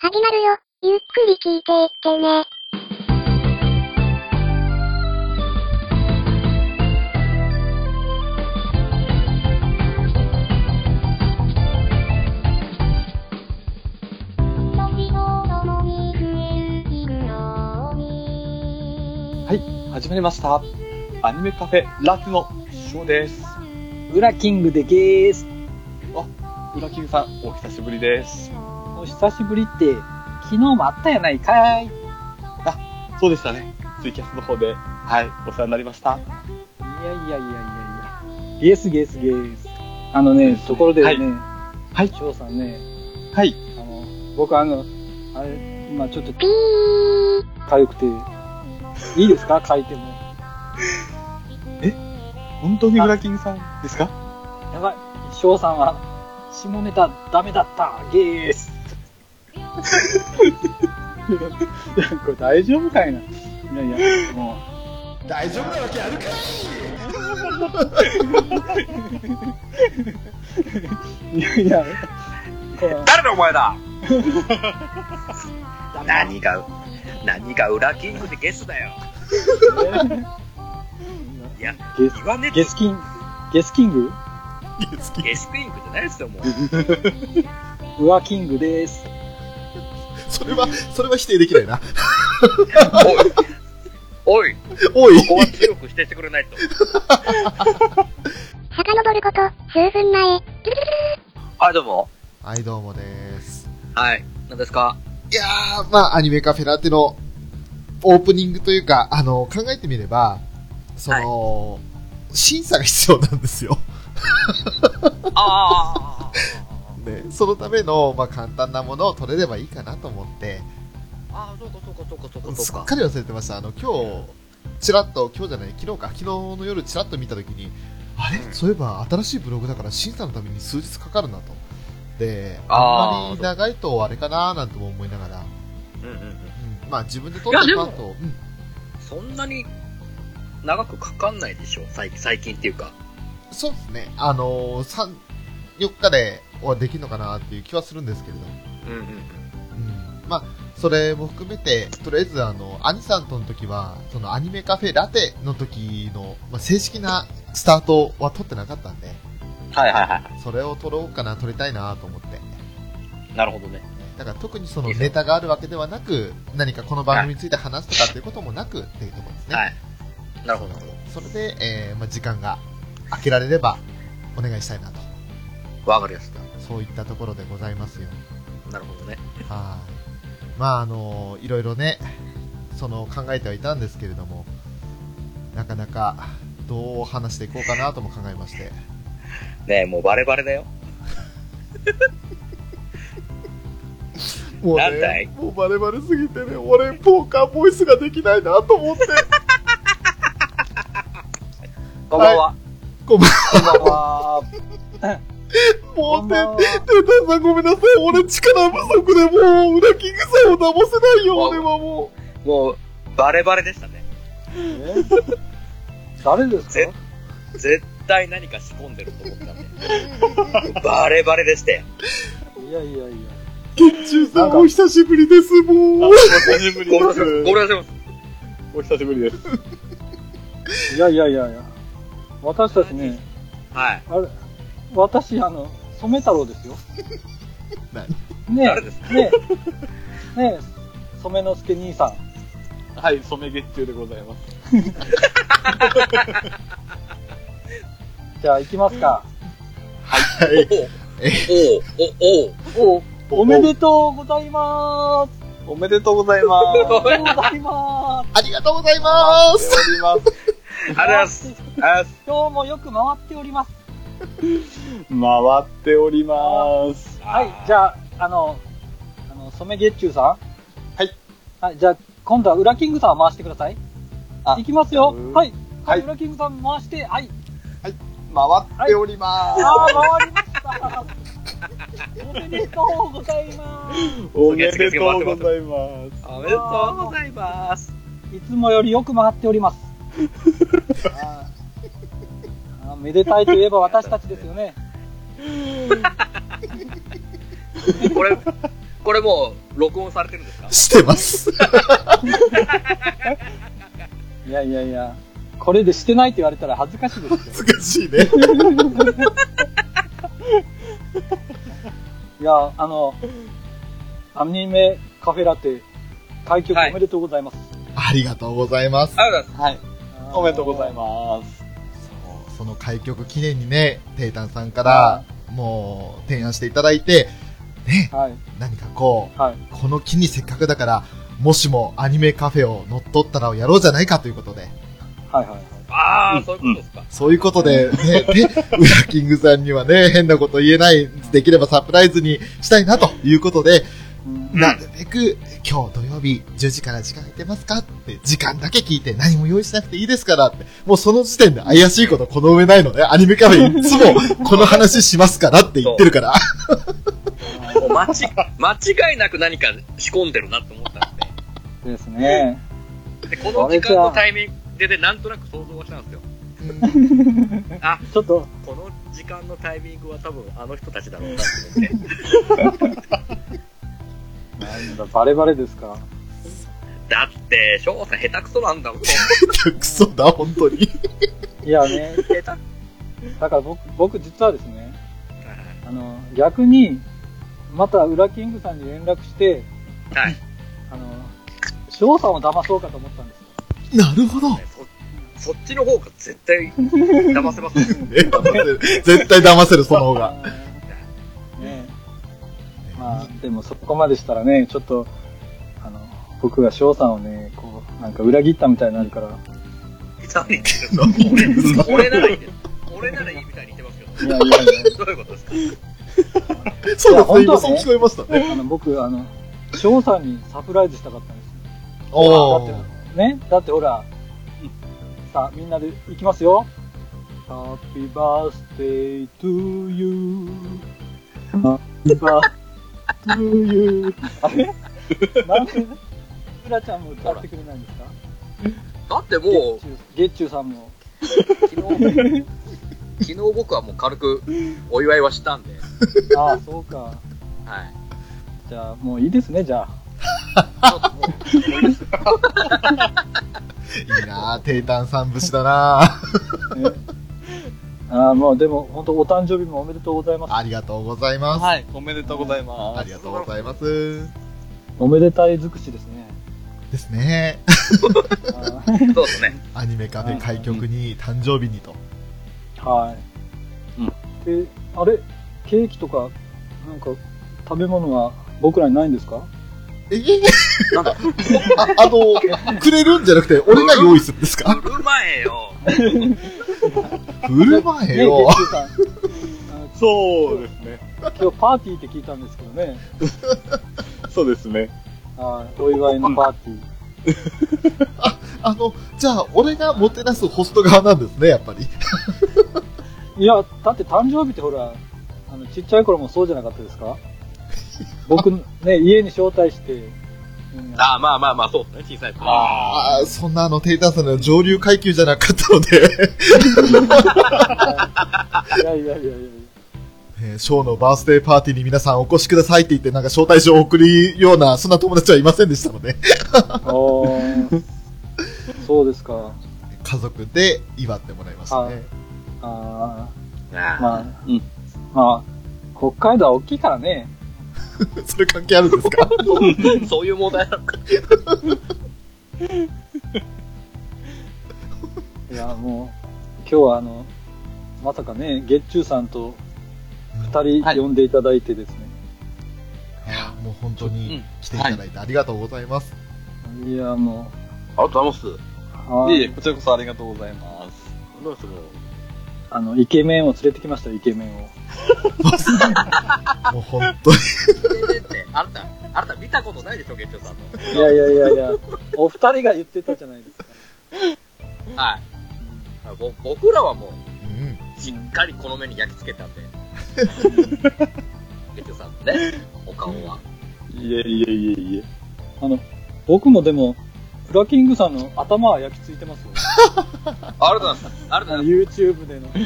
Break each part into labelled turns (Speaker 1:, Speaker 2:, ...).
Speaker 1: 始まるよ。ゆっくり聞いていってね。時とともに増える日々のに
Speaker 2: はい、始まりました。アニメカフェラフのショーです。
Speaker 3: ウラキングでゲーす。
Speaker 2: ウラキングさん、お久しぶりです。
Speaker 3: お久しぶりって、昨日もあったやないかい。い
Speaker 2: そうでしたね。ツイキャスの方で、はい、お世話になりました。
Speaker 3: やいやいやいやいや。ゲーすゲーすゲーす。あのね、ところでね、はい翔さんね、
Speaker 2: はい、
Speaker 3: あの、僕あの、あれ、今ちょっと
Speaker 1: ピー
Speaker 3: 痒くて、いいですか書いても。
Speaker 2: 本当にウラキングさんですか
Speaker 3: やばい。翔さんは、下ネタダメだった。ゲーす。いやいやこれ大丈夫かいな。いやいや、もう。
Speaker 4: 大丈夫なわけあるか
Speaker 3: いやいや、こう
Speaker 4: 誰だお前だ何が何が裏キングでゲスだよいや
Speaker 3: ゲス
Speaker 4: 言わね
Speaker 3: ゲスキン、ゲスキング
Speaker 4: えゲスクイングじゃないですよもう
Speaker 3: ウアキングです。
Speaker 5: それは、それは否定できないな。
Speaker 4: おい
Speaker 5: おい
Speaker 4: こ、こは強く否定してくれないと
Speaker 1: 遡ること、数分前。
Speaker 4: はいどうも
Speaker 5: はい、どうもです。
Speaker 4: はい何です か
Speaker 5: いやー、まあ、アニメカフェラテのオープニングというか、あの、考えてみれば、その、審査が必要なんですよ。
Speaker 4: あ
Speaker 5: ね、そのための、まあ、簡単なものを取れればいいかなと思って、
Speaker 4: あああそうかそうかそうかそうか
Speaker 5: す
Speaker 4: そう
Speaker 5: っ
Speaker 4: か
Speaker 5: かり忘れてました。あの、今日、ちらっと、今日じゃない、昨日か、昨日の夜ちらっと見たときに、あれ、
Speaker 4: うん
Speaker 5: そういえば新しいブログだから審査のために数日かかるなと。で、
Speaker 4: あー
Speaker 5: あんまり長いとあれかなーなんても思いながら、
Speaker 4: うんうんうん
Speaker 5: うんまあ自分で撮ったパンと、うん
Speaker 4: そんなに長くかかんないでしょ最近最近っていうか
Speaker 5: そうですね、あのー、3、4日ではできるのかなっていう気はするんですけれど、
Speaker 4: うんうんうん
Speaker 5: うん、まあ、それも含めて、とりあえず、あの、アニさんとの時は、そのアニメカフェラテの時の、まあ、正式なスタートは撮ってなかったんで、
Speaker 4: はいはいは
Speaker 5: それを撮ろうかな、撮りたいなと思って。
Speaker 4: いなるほどね
Speaker 5: だから特にそのネタがあるわけではなく、何かこの番組について話すとかっていうこともなくっていうところですね。
Speaker 4: はいなるほどなるほ
Speaker 5: それで、えーまあ、時間が空けられればお願いしたいなと。
Speaker 4: どわかりやすい
Speaker 5: そういったところでございますよ。
Speaker 4: なるほどね
Speaker 5: はい。まあ、あの、いろいろね、その考えてはいたんですけれども、なかなかどう話していこうかなとも考えまして。
Speaker 4: ねえもうバレバレだよ
Speaker 5: もう
Speaker 4: なんだい
Speaker 5: ね、もうバレバレすぎてね、俺、ポーカーボイスができないなと思って。
Speaker 4: こんばんは
Speaker 3: こんばんは。
Speaker 5: もうね、
Speaker 3: こんばんは
Speaker 5: てんたんさんごめんなさい、俺力不足でもう、裏キングさんを騙せないよ、俺はもう。
Speaker 4: もう、バレバレでしたね。
Speaker 3: え誰です
Speaker 4: ぜ
Speaker 3: か
Speaker 4: 絶対何か仕込んでると思ったん で。バレバレでしたよ。
Speaker 3: いやいやいや。
Speaker 5: ケンチューさん、お久しぶりです、もう。
Speaker 2: 久しぶ
Speaker 4: ごめんなさい。ごめんなさい。
Speaker 2: お久しぶりです。
Speaker 3: いやいやいやいや。私たちね、
Speaker 4: はい。
Speaker 3: あれ、私、あの、染太郎ですよ。ね
Speaker 4: 誰ですか
Speaker 3: え、ねえ、ねえ、染之助兄さん。
Speaker 2: はい、染月中でございます。
Speaker 3: じゃあ行きますか。
Speaker 5: はい。
Speaker 4: おおお
Speaker 3: お、おめでとうございまーす。
Speaker 2: おめでとうございま
Speaker 3: おめでとう
Speaker 2: す。
Speaker 3: ございまーす。
Speaker 5: ありがとうございます。
Speaker 2: おります。
Speaker 4: ありがとうございます。あ
Speaker 3: 今日もよく回っております。
Speaker 2: 回っております。
Speaker 3: はい、じゃあ、あの、あの、染月中さん。
Speaker 2: はい。
Speaker 3: はい、じゃあ、今度は裏キングさんを回してください。
Speaker 2: あ
Speaker 3: いきますよ
Speaker 2: うー。ん
Speaker 3: はい。は、
Speaker 2: はいい
Speaker 3: 裏キングさん回して、はい。
Speaker 2: 回っております。
Speaker 3: ああ、回りました。おめでとうございま
Speaker 2: おめでとうございます。
Speaker 4: おめでとうございます。
Speaker 3: す。いつもよりよく回っております。あーあーめでたいといえば私たちですよね。
Speaker 4: これ、これもう、録音されてるんですか
Speaker 5: してます。
Speaker 3: いやいやいや、これでしてないって言われたら恥ずかしいですよ。
Speaker 5: 難しいね。
Speaker 3: いや、あの、アニメカフェラテ、開局
Speaker 4: はい
Speaker 3: おめでとうございます。
Speaker 5: ありがとうございます。
Speaker 4: ありがとう
Speaker 2: はい。おめでとうござい
Speaker 3: ま
Speaker 2: ます。
Speaker 5: その開局記念にね、テイタンさんから、もう、提案していただいて、ね、
Speaker 3: す。はい、
Speaker 5: 何かこう、
Speaker 3: はい。
Speaker 5: この機にせっかくだから、もしもアニメカフェを乗っ取ったらをやろうじゃないかということで、
Speaker 3: はいはい。
Speaker 4: ございます。あ
Speaker 2: う
Speaker 4: あ、
Speaker 2: ん
Speaker 4: そういうことですか。
Speaker 5: そういうことで、ね、で、ウラキングさんにはね、変なこと言えない、できればサプライズにしたいなということで、
Speaker 3: うん
Speaker 5: なるべく、今日土曜日10時から時間空いてますかって、時間だけ聞いて何も用意しなくていいですからって、もうその時点で怪しいことこの上ないのね、アニメカフェいつも この話しますからって言ってるから、
Speaker 4: もう間違間違いなく何か仕込んでるなと思ったん
Speaker 3: ですね。
Speaker 4: で。で、この時間のタイミングでね、なんとなく想像はしたんですよ。あ、
Speaker 3: ちょっと、
Speaker 4: この時間のタイミングは多分あの人たちだろうなと思って。
Speaker 3: なんだ、バレバレですか。
Speaker 4: だって、翔さん下手くそなんだもん。
Speaker 5: クソだ、本当に。
Speaker 3: いやね、
Speaker 4: 下手く
Speaker 3: だから僕、僕実はですね、あの、逆に、また、ウラキングさんに連絡して、
Speaker 4: はい。
Speaker 3: あの、翔さんを騙そうかと思ったんですよ。
Speaker 5: なるほど。ね
Speaker 4: そそっちの方が絶対騙せますよ。
Speaker 5: 騙せる絶対騙せる、その方が。
Speaker 3: うんねまあ、でもそこまでしたらね、ちょっと、あの、僕が翔さんをね、こう、なんか裏切ったみたいになるから、
Speaker 4: 何言ってる
Speaker 5: 何言ってんす
Speaker 4: の
Speaker 5: か
Speaker 4: 俺ならいいです。俺ならいいみたいに言ってますけ
Speaker 3: いやいやい
Speaker 4: ど。どういうことですか
Speaker 5: そう
Speaker 3: いや本当は
Speaker 5: だ、す、今
Speaker 3: ね
Speaker 5: そう聞こえましたね。
Speaker 3: や、あの、僕、あの、翔さんにサプライズしたかったんですよ
Speaker 5: お
Speaker 3: だっ
Speaker 5: ー
Speaker 3: て、ね、だってほら、さあ、みんなで行きますよ。Happy birthday to you.Happy birthday to you. あれなんで、うらちゃんも歌ってくれないんですか
Speaker 4: だっても
Speaker 3: 月中月中さんも。
Speaker 4: う、昨日、昨日僕はもう軽くお祝いはしたんで、
Speaker 3: ああ、そうか。
Speaker 4: はい。
Speaker 3: じゃあ、もういいですね、じゃあ。
Speaker 4: ちょっともうもういいです、
Speaker 5: いいなぁ、テイタンさん節だなぁ。
Speaker 3: ねああ、もうでも、本当お誕生日もおめでとうございます。
Speaker 5: ありがとうございます。
Speaker 2: はい。おめでとうござい
Speaker 5: あ
Speaker 2: ま
Speaker 5: り
Speaker 2: す。
Speaker 5: がとうございます。
Speaker 3: おめでたい尽くしですね。
Speaker 5: ですね。
Speaker 3: あ
Speaker 4: そうですね。
Speaker 5: アニメカフェ開局に、誕生日にと。
Speaker 3: あはい。で、あれ、ケーキとか、なんか、食べ物は僕らにないんですか
Speaker 5: え
Speaker 4: なんだ
Speaker 5: あ、あの、くれるんじゃなくて、俺が用意するんですか
Speaker 4: 振る舞えよ。
Speaker 5: 振る舞えよ
Speaker 3: ね。月中さん。あ
Speaker 2: そうですね。
Speaker 3: 今日パーティーって聞いたんですけどね。
Speaker 2: そうですね。
Speaker 3: はい。お祝いのパーティー。
Speaker 5: あの、じゃあ、俺がもてなすホスト側なんですね、やっぱり。
Speaker 3: いや、だって誕生日ってほら、あの、ちっちゃい頃もそうじゃなかったです か僕、ね、家に招待して、うん
Speaker 4: ああ、まあまあまあ、そうですね、小さい頃。
Speaker 2: あ
Speaker 5: ああ、そんなあの、テイタンさんの上流階級じゃなかったので、
Speaker 3: いやいやいやいや。
Speaker 5: えーショーのバースデーパーティーに皆さんお越しくださいって言って、なんか招待状を送るような、そんな友達はいませんでしたので、
Speaker 3: あーそうですか。
Speaker 5: 家族で祝ってもらいましたね。
Speaker 3: あ
Speaker 4: あ
Speaker 3: ー
Speaker 4: あ
Speaker 3: まあ、
Speaker 2: うん
Speaker 3: まあ、北海道は大きいからね。
Speaker 5: それ関係あるんですか
Speaker 4: そういう問題なのか。
Speaker 3: いや、もう、今日はあの、まさかね、月中さんと二人
Speaker 2: はい
Speaker 3: 呼んでいただいてですね。
Speaker 5: いや、もう本当
Speaker 2: う
Speaker 5: に
Speaker 2: ん
Speaker 5: 来ていただいてありがとうございます。
Speaker 3: い、や、も
Speaker 4: ありがとうございます。
Speaker 3: う、はい
Speaker 2: えいえ、
Speaker 3: い、
Speaker 2: こちらこそありがとうございます。
Speaker 4: どうですもう
Speaker 3: あの、イケメンを連れてきましたよ、イケメンを。
Speaker 5: もう本当に。
Speaker 4: って、あなた、あなた見たことないでしょ、月長さんの。
Speaker 3: いやいやいやいや、お二人が言ってたじゃないですか。
Speaker 4: はい。ぼ僕らはも
Speaker 5: うん。
Speaker 4: う、しっかりこの目に焼き付け たんで。月長さんのね、お顔 は。
Speaker 2: いえいえいえいえ。
Speaker 3: あの、僕もでも、フラキングさんの頭は焼き付いてますよ。
Speaker 4: ありがとうございます。ありが
Speaker 3: あ
Speaker 4: とう
Speaker 3: の
Speaker 4: ござい
Speaker 3: YouTube での。
Speaker 4: ます。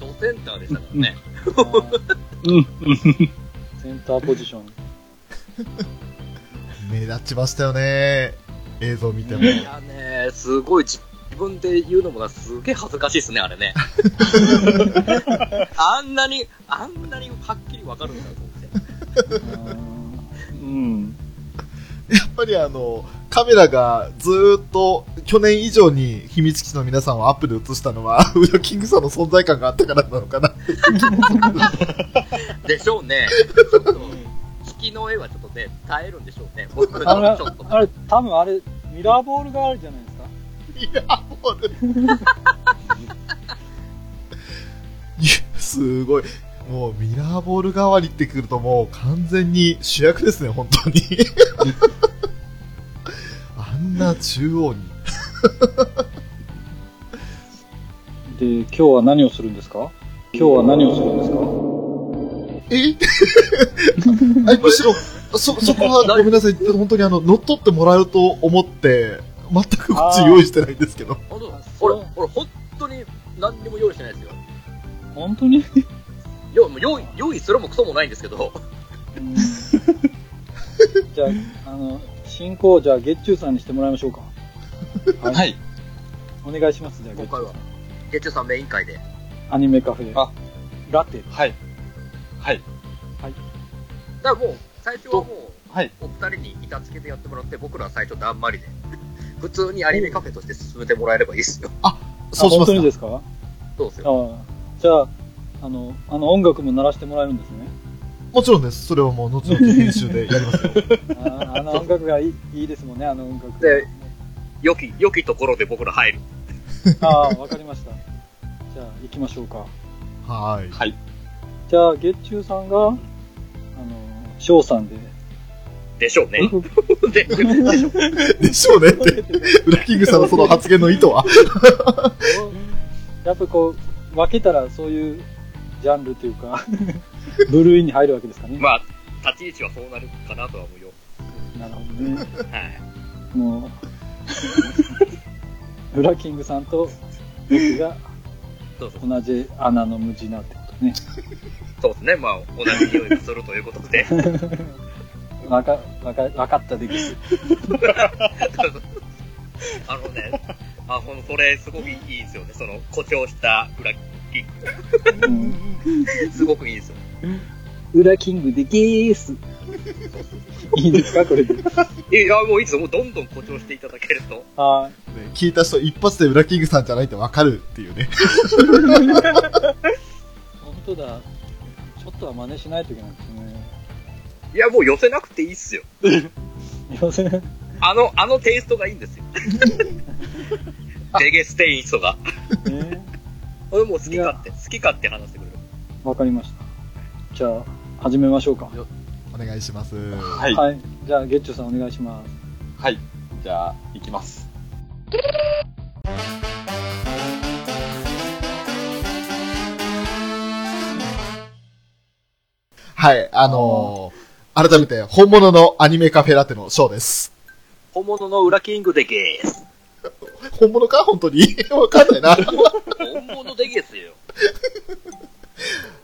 Speaker 4: ドセンターでしたからね。
Speaker 3: あー
Speaker 2: うん、うん。
Speaker 3: センターポジション。
Speaker 5: 目立ちましたよね。映像見ても。
Speaker 4: いやね、すごい自分で言うのもな、すげえ恥ずかしいっすね、あれね。あんなに、あんなにはっきりわかるんだと思って。
Speaker 2: うん。
Speaker 5: やっぱりあの、カメラがずーっと去年以上に秘密基地の皆さんをアップで映したのは、ウドキングさんの存在感があったからなのかな。
Speaker 4: でしょうね。ちょっと引きの絵はちょっとね、耐えるんでしょうね。僕ち
Speaker 3: あれ
Speaker 4: ょっと、
Speaker 3: あれ、多分あれ、ミラーボールがあるじゃないですか。
Speaker 5: いや、もうね。いや、すごい。もうミラーボール代わりってくるともう完全に主役ですね、本当に。あんな中央に。
Speaker 3: で、今日は何をするんですか今日は何をするんですか
Speaker 5: え あむしろ、 そ、そこはごめんなさい。本当にあの、乗っ取ってもらうと思って、全くこっち用意してないんですけど。
Speaker 4: 本当俺、俺、本当に何にも用意してないですよ。
Speaker 3: 本当に
Speaker 4: 用もう用意、用意するもクソもないんですけど。
Speaker 3: じゃあ、あの、進行、じゃあ、月中さんにしてもらいましょうか。
Speaker 2: は。い。
Speaker 3: お願いします、じゃあ、月中
Speaker 4: 今回
Speaker 3: さ
Speaker 4: は
Speaker 3: ん。
Speaker 4: 月中さんメイン会で。
Speaker 3: アニメカフェ。
Speaker 2: あ
Speaker 3: ラテ。
Speaker 2: はい。はい。
Speaker 4: だからもう、最初はもう、
Speaker 2: はい。
Speaker 4: お二人に板付けでやってもらって、僕らは最初だんまりで。 普通にアニメカフェとして進めてもらえればいいっすよ。
Speaker 5: そうしま
Speaker 3: あ本当
Speaker 5: す
Speaker 3: に
Speaker 5: か
Speaker 3: ですかあ
Speaker 4: そうですよ。
Speaker 3: あ。じゃあ、あの、あの音楽も鳴らしてもらえるんですね。
Speaker 5: もちろんです。それはもう後々編集でやり ますよ。
Speaker 3: ああの音楽がいいいいですもんね、あの音楽。
Speaker 4: で良き、良きところで僕ら入る。
Speaker 3: ああ、わかりました。じゃあ、行きましょうか。
Speaker 5: はい。
Speaker 2: はい。
Speaker 3: じゃあ、月中さんが、あの、翔さんで。
Speaker 4: でしょうね。 で、
Speaker 5: でしょうねって、ウラキングさんのその発言の意図は。
Speaker 3: やっぱこう、分けたらそういうジャンルというか、 部類に入るわけですかね。
Speaker 4: まあ、立ち位置はそうなるかなとは思うよ。
Speaker 3: なるほどね。
Speaker 4: はい。
Speaker 3: も う、ブラキングさんと僕が
Speaker 4: そうそう
Speaker 3: 同じ穴の無地なってことね。
Speaker 4: そうですね。まあ、同じ匂いがするということ で。
Speaker 3: わか、わか、わかったです。
Speaker 4: あのね、あ、ほんそれ、すごくいいですよね。その、誇張した裏キッ
Speaker 3: うん
Speaker 4: ク。すごくいいですよ。
Speaker 3: ブラキングでゲーす。いいですかこれで。
Speaker 4: いや、もういいですよ。もうどんどん誇張していただけると。
Speaker 3: は
Speaker 5: ね聞いた人一発でウラキングさんじゃないってわかるっていうね。
Speaker 3: い。本当だ。ちょっとは真似しないといけないですね。
Speaker 4: いや、もう寄せなくていいっすよ。
Speaker 3: 要するに
Speaker 4: あの、あのテイストがいいんですよ。デゲステイストが。
Speaker 3: ね。
Speaker 4: 俺もう好き勝手、好き勝手話してくれる。
Speaker 3: わかりました。じゃあ、始めましょうか。
Speaker 5: お願いします。は
Speaker 2: はい。
Speaker 3: はい。じゃあ、ゲッチョさんお願いします。
Speaker 2: はい。じゃあ、行きます。
Speaker 5: い、あのー改めて本物のアニメカフェラテのショーです。
Speaker 4: 本物の裏キングでゲース。
Speaker 5: 本物か本当に わかんないな。
Speaker 4: 本物でゲースよ。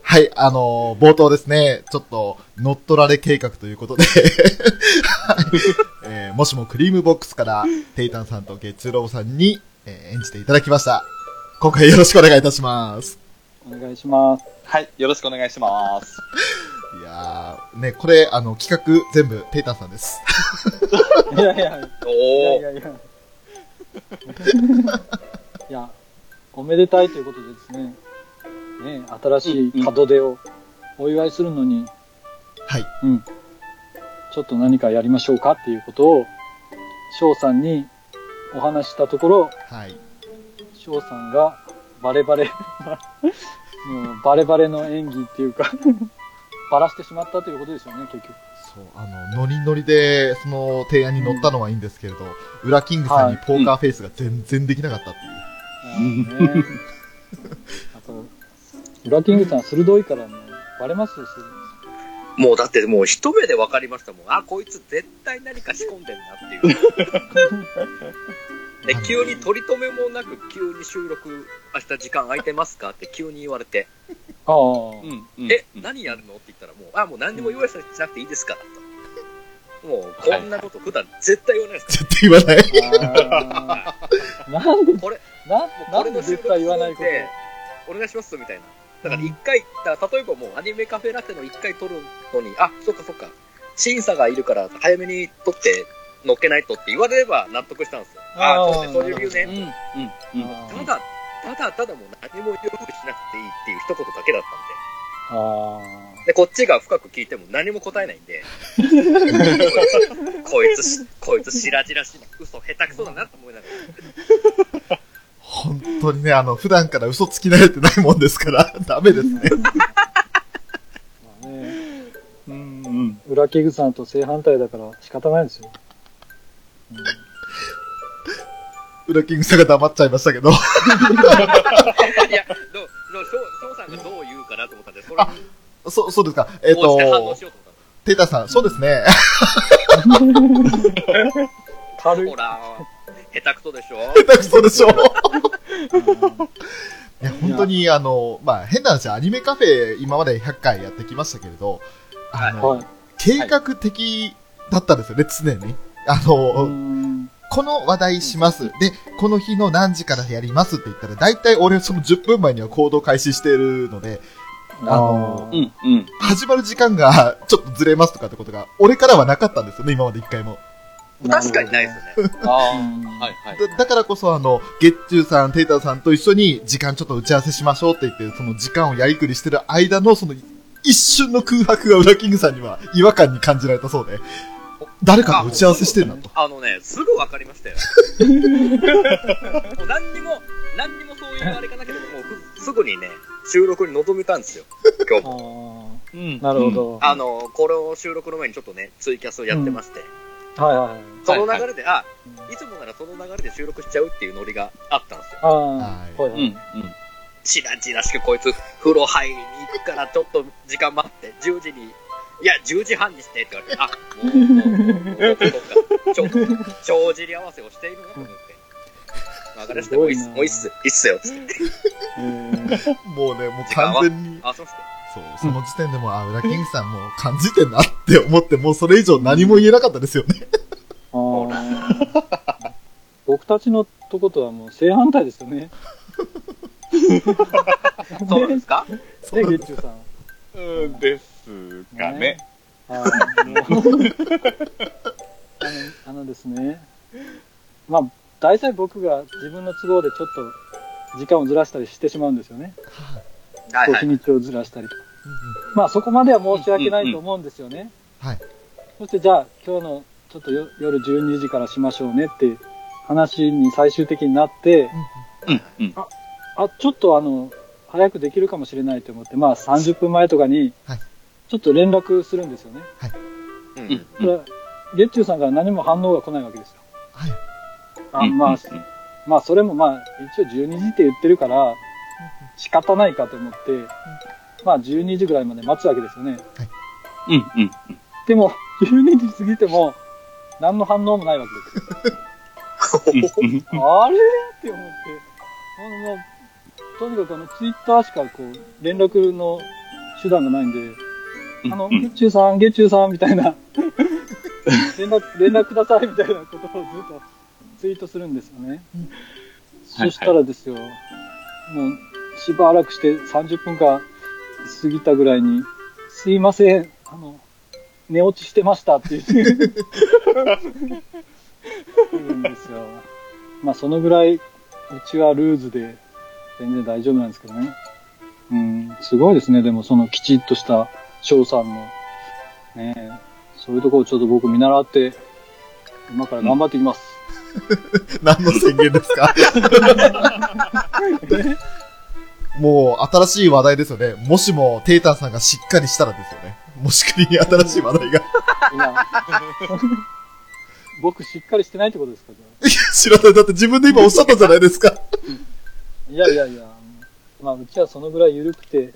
Speaker 5: はい、あのー冒頭ですね、ちょっと乗っ取られ計画ということで、 えーもしもクリームボックスから、テイタンさんとゲッツーロボさんに、えー演じていただきました。今回よろしくお願いいたします。
Speaker 3: お願いします。
Speaker 2: はい。よろしくお願いします。
Speaker 5: いやー、ね、これ、あの、企画全部テイタンさんです。
Speaker 3: いやいや、いや
Speaker 4: お
Speaker 3: い
Speaker 4: ー。
Speaker 3: やいや。いや、おめでたいということでですね、ね、新しい門出をお祝いするのに、
Speaker 5: はい。
Speaker 3: うん。ちょっと何かやりましょうかっていうことを、翔さんにお話ししたところ、
Speaker 5: はい。
Speaker 3: 翔さんがバレバレ、 もうバレバレの演技っていうか、 バラしてしまったということですよね、結局。
Speaker 5: そう、あの、ノリノリで、その、提案に乗ったのはいいんですけれど、ウラキングさんにポーカーフェイスが全然できなかったっていう。
Speaker 3: なるほどね。あと、ブラキングさん鋭いからね、バレますよ、すぐ
Speaker 4: もうだってもう一目で分かりましたもん。あ、こいつ絶対何か仕込んでんな っていう。で、急に取り留めもなく、急に収録、明日時間空いてますかって急に言われて、
Speaker 3: ああ、
Speaker 2: うん。うん
Speaker 4: え、何やるのって言ったらもう、あ、もう何にも用意しなくていいですから、と。もう、こんなこと普段絶対言わないですか
Speaker 5: 絶対言わない。
Speaker 3: あーなんで、
Speaker 4: ら。これ、
Speaker 3: なな
Speaker 4: これ
Speaker 3: ん
Speaker 4: の
Speaker 3: で
Speaker 4: 収
Speaker 3: 絶
Speaker 4: 録
Speaker 3: 対言わ
Speaker 4: な
Speaker 3: ない
Speaker 4: ん
Speaker 3: こ
Speaker 4: で、お願いしますみたいな。だから一回、だから例えばもうアニメカフェラテの一回撮るのに、あ、そっかそっか、審査がいるから早めに撮って、乗っけないとって言われれば納得したんですよ。あ
Speaker 3: あー
Speaker 4: あ、そうね、そういう理由
Speaker 3: と。
Speaker 4: ね。
Speaker 2: うん、うん。
Speaker 3: あ
Speaker 4: ただ、ただただもう何も言うふうしなくていいっていう一言だけだったん
Speaker 3: あ
Speaker 4: で。で、こっちが深く聞いても何も答えない んで。こいつし、こいつしらじらしいな。嘘、下手くそだなと思いながら。
Speaker 5: 本当にね、あの、普段から嘘つき慣れてないもんですから、ダメですね。
Speaker 3: ーまあね
Speaker 2: うん、うん。
Speaker 3: 裏毛具さんと正反対だから仕方ない ですよ。うん
Speaker 5: 裏キングさんが黙っちゃいましたけど。
Speaker 4: い や、どう、どう、しょう、しょうさんがどう言うかなと思ったんで、それに
Speaker 5: そう、そうですか。えっ、
Speaker 4: 応じて反応
Speaker 5: と
Speaker 4: し、ようと思った
Speaker 5: テータさん、そうですね。
Speaker 3: 軽い
Speaker 4: ほ。ら、下手くそでしょ
Speaker 5: 下手くそでしょ。
Speaker 3: うん
Speaker 5: いや、本当に、あの、まあ、変な話、アニメカフェ、今まで100回やってきましたけれど、あの、
Speaker 3: はい。
Speaker 5: 計画的だったんですよね、常に。あの、
Speaker 3: うん
Speaker 5: この話題します。で、この日の何時からやりますって言ったら、大体俺その10分前には行動開始してるので、あの
Speaker 2: う
Speaker 3: あー
Speaker 2: ん、うん。
Speaker 5: 始まる時間がちょっとずれますとかってことが、俺からはなかったんですよね、今まで一回も。
Speaker 4: 確かにないですよね。
Speaker 2: ああ、
Speaker 3: うん
Speaker 2: はい、はい。
Speaker 5: だだからこそ、あの、月中さん、テータさんと一緒に時間ちょっと打ち合わせしましょうって言って、その時間をやりくりしてる間の、その、一瞬の空白がウラキングさんには違和感に感じられたそうで、誰かと打ち合わせしてるなと。
Speaker 4: あのね、すぐ分かりま したよ。もう何にも、何にもそういうあれがなければ、もうふすぐにね、収録に臨めたんですよ、今日
Speaker 3: あ
Speaker 4: も。
Speaker 3: ー
Speaker 2: うん
Speaker 3: なるほ。ど。
Speaker 4: あの、これを収録の前にちょっとね、ツイキャスをやってまして、
Speaker 3: はいはいはい。
Speaker 4: その流れで、あ、いつもならその流れで収録しちゃうっていうノリがあったんですよ。
Speaker 3: ああ、
Speaker 2: う
Speaker 3: はい
Speaker 5: は
Speaker 2: ん、
Speaker 3: は
Speaker 2: うん。うん
Speaker 3: い。
Speaker 4: チラチラしくこいつ、風呂入りに行くからちょっと時間待って、10時に、いや、10時半にしてって言われて、あ、もう、もう、もう、もうちょっとか、ちょ、帳尻合わせをしているなと思って。わかりました、もういいっす、もういいっす、いいっすよ、つって。
Speaker 3: えー
Speaker 5: もうね、もう完全に、
Speaker 4: あ、そうっすね。
Speaker 5: そう、その時点でもう、あ、ウラキングさんもう感じてんなって思って、もうそれ以上何も言えなかったですよね。
Speaker 3: あー僕たちのとことはもう正反対ですよね。
Speaker 4: そうなんですか
Speaker 5: そう
Speaker 3: ね、
Speaker 5: なん
Speaker 3: 月
Speaker 5: です
Speaker 3: 中さん。
Speaker 2: うんですがね。
Speaker 3: はいもうあのあのですね、まあ、大体僕が自分の都合でちょっと時間をずらしたりしてしまうんですよね。
Speaker 4: は
Speaker 3: こう
Speaker 4: いは
Speaker 3: 日
Speaker 4: い。
Speaker 3: にちをずらしたりとか。
Speaker 5: うんうん
Speaker 3: まあ、そこまでは申し訳ないと思うんですよね。
Speaker 5: うんうんはい。
Speaker 3: そして、じゃあ、今日のちょっとよ夜12時からしましょうねって話に最終的になって、
Speaker 2: うん、うん。
Speaker 3: あ、ちょっとあの、早くできるかもしれないと思って、まあ30分前とかに
Speaker 5: はい、
Speaker 3: ちょっと連絡するんですよね。
Speaker 4: うん
Speaker 3: それは月中さんから何も反応が来ないわけですよ。
Speaker 5: はい。
Speaker 3: あまあ、まあそれもまあ一応12時って言ってるから仕方ないかと思って、まあ12時ぐらいまで待つわけですよね。
Speaker 2: うん、うん。
Speaker 3: でも12時過ぎても何の反応もないわけです
Speaker 2: うん、
Speaker 3: よ。あれって思って、あのもうとにかくあのツイッターしかこう連絡の手段がないんで、あの、
Speaker 2: うん
Speaker 3: 月中さん、月中さんみた いな、連絡、連絡くださいみたいなことをずっとツイートするんですよね。
Speaker 5: うん
Speaker 3: そしたらですよ、もうしばらくして30分間過ぎたぐらいに、すいません、あの、寝落ちしてましたって言って、来るんですよ。まあ、そのぐらい、うちはルーズで全然大丈夫なんですけどね。うん、すごいですね、でもそのきちっとした翔さんの、ねえ、そういうところをちょっと僕見習って、今から頑張っていきます。
Speaker 5: 何の宣言ですか もう、新しい話題ですよね。もしも、テータさんがしっかりしたらですよね。もし仮に新しい話題が。
Speaker 3: 今僕しっかりしてないってことですかじゃ
Speaker 5: いや知らない。だって自分で今おっしゃったじゃないですか。
Speaker 3: あいやいやいや、まあ、うちはそのぐらい緩くて、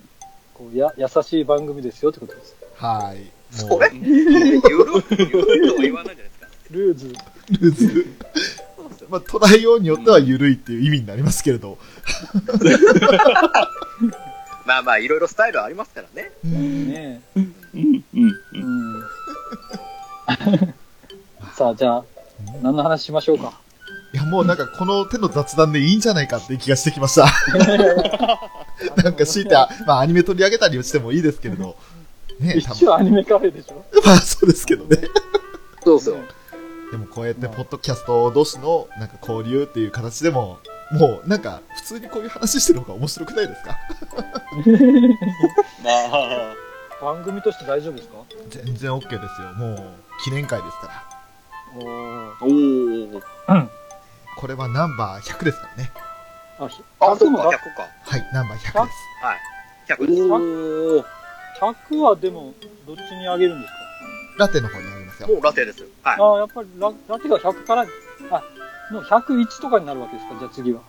Speaker 3: こうや優しい番組ですよってことです。
Speaker 5: はい。も
Speaker 4: これ、ゆる、ゆるとは言わないじゃないですか。
Speaker 3: ルーズ。
Speaker 5: う、ルーズ。
Speaker 4: そうですよ。
Speaker 5: まあ、捉えようによっては緩いっていう意味になりますけれど。
Speaker 4: まあまあ、いろいろスタイルはありますからね。
Speaker 3: ねえ。
Speaker 2: うん、うん。
Speaker 3: うん。さあ、じゃあ、何の話しましょうか。
Speaker 5: いや、もうなんかこの手の雑談でいいんじゃないかっていう気がしてきました。 なんか強いて、まあアニメ取り上げたりをしてもいいですけれど。ねえ、た
Speaker 3: 一応アニメカフェでしょ
Speaker 5: まあ そうですけどね。
Speaker 4: そうそう。
Speaker 5: でもこうやってポッドキャスト同士のなんか交流っていう形でも、もうなんか普通にこういう話してる方が面白くないですか
Speaker 2: まあ、
Speaker 3: 番組として大丈夫ですか
Speaker 5: 全然 OK ですよ。もう記念会ですから。
Speaker 3: おー
Speaker 2: おー。
Speaker 5: これはナンバー100ですからね。
Speaker 3: あ、ひ
Speaker 4: あ、そう
Speaker 3: 100
Speaker 4: か、
Speaker 3: も
Speaker 4: 100か。
Speaker 5: はい、ナンバー100です。
Speaker 4: 100です。
Speaker 2: おー。
Speaker 3: 100はでも、どっちにあげるんです
Speaker 5: ラテの方にありますよ。
Speaker 4: もうラテですよ。はい
Speaker 3: か。ああ、やっぱりララテが100から、あ、の101とかになるわけですかじゃあ次は。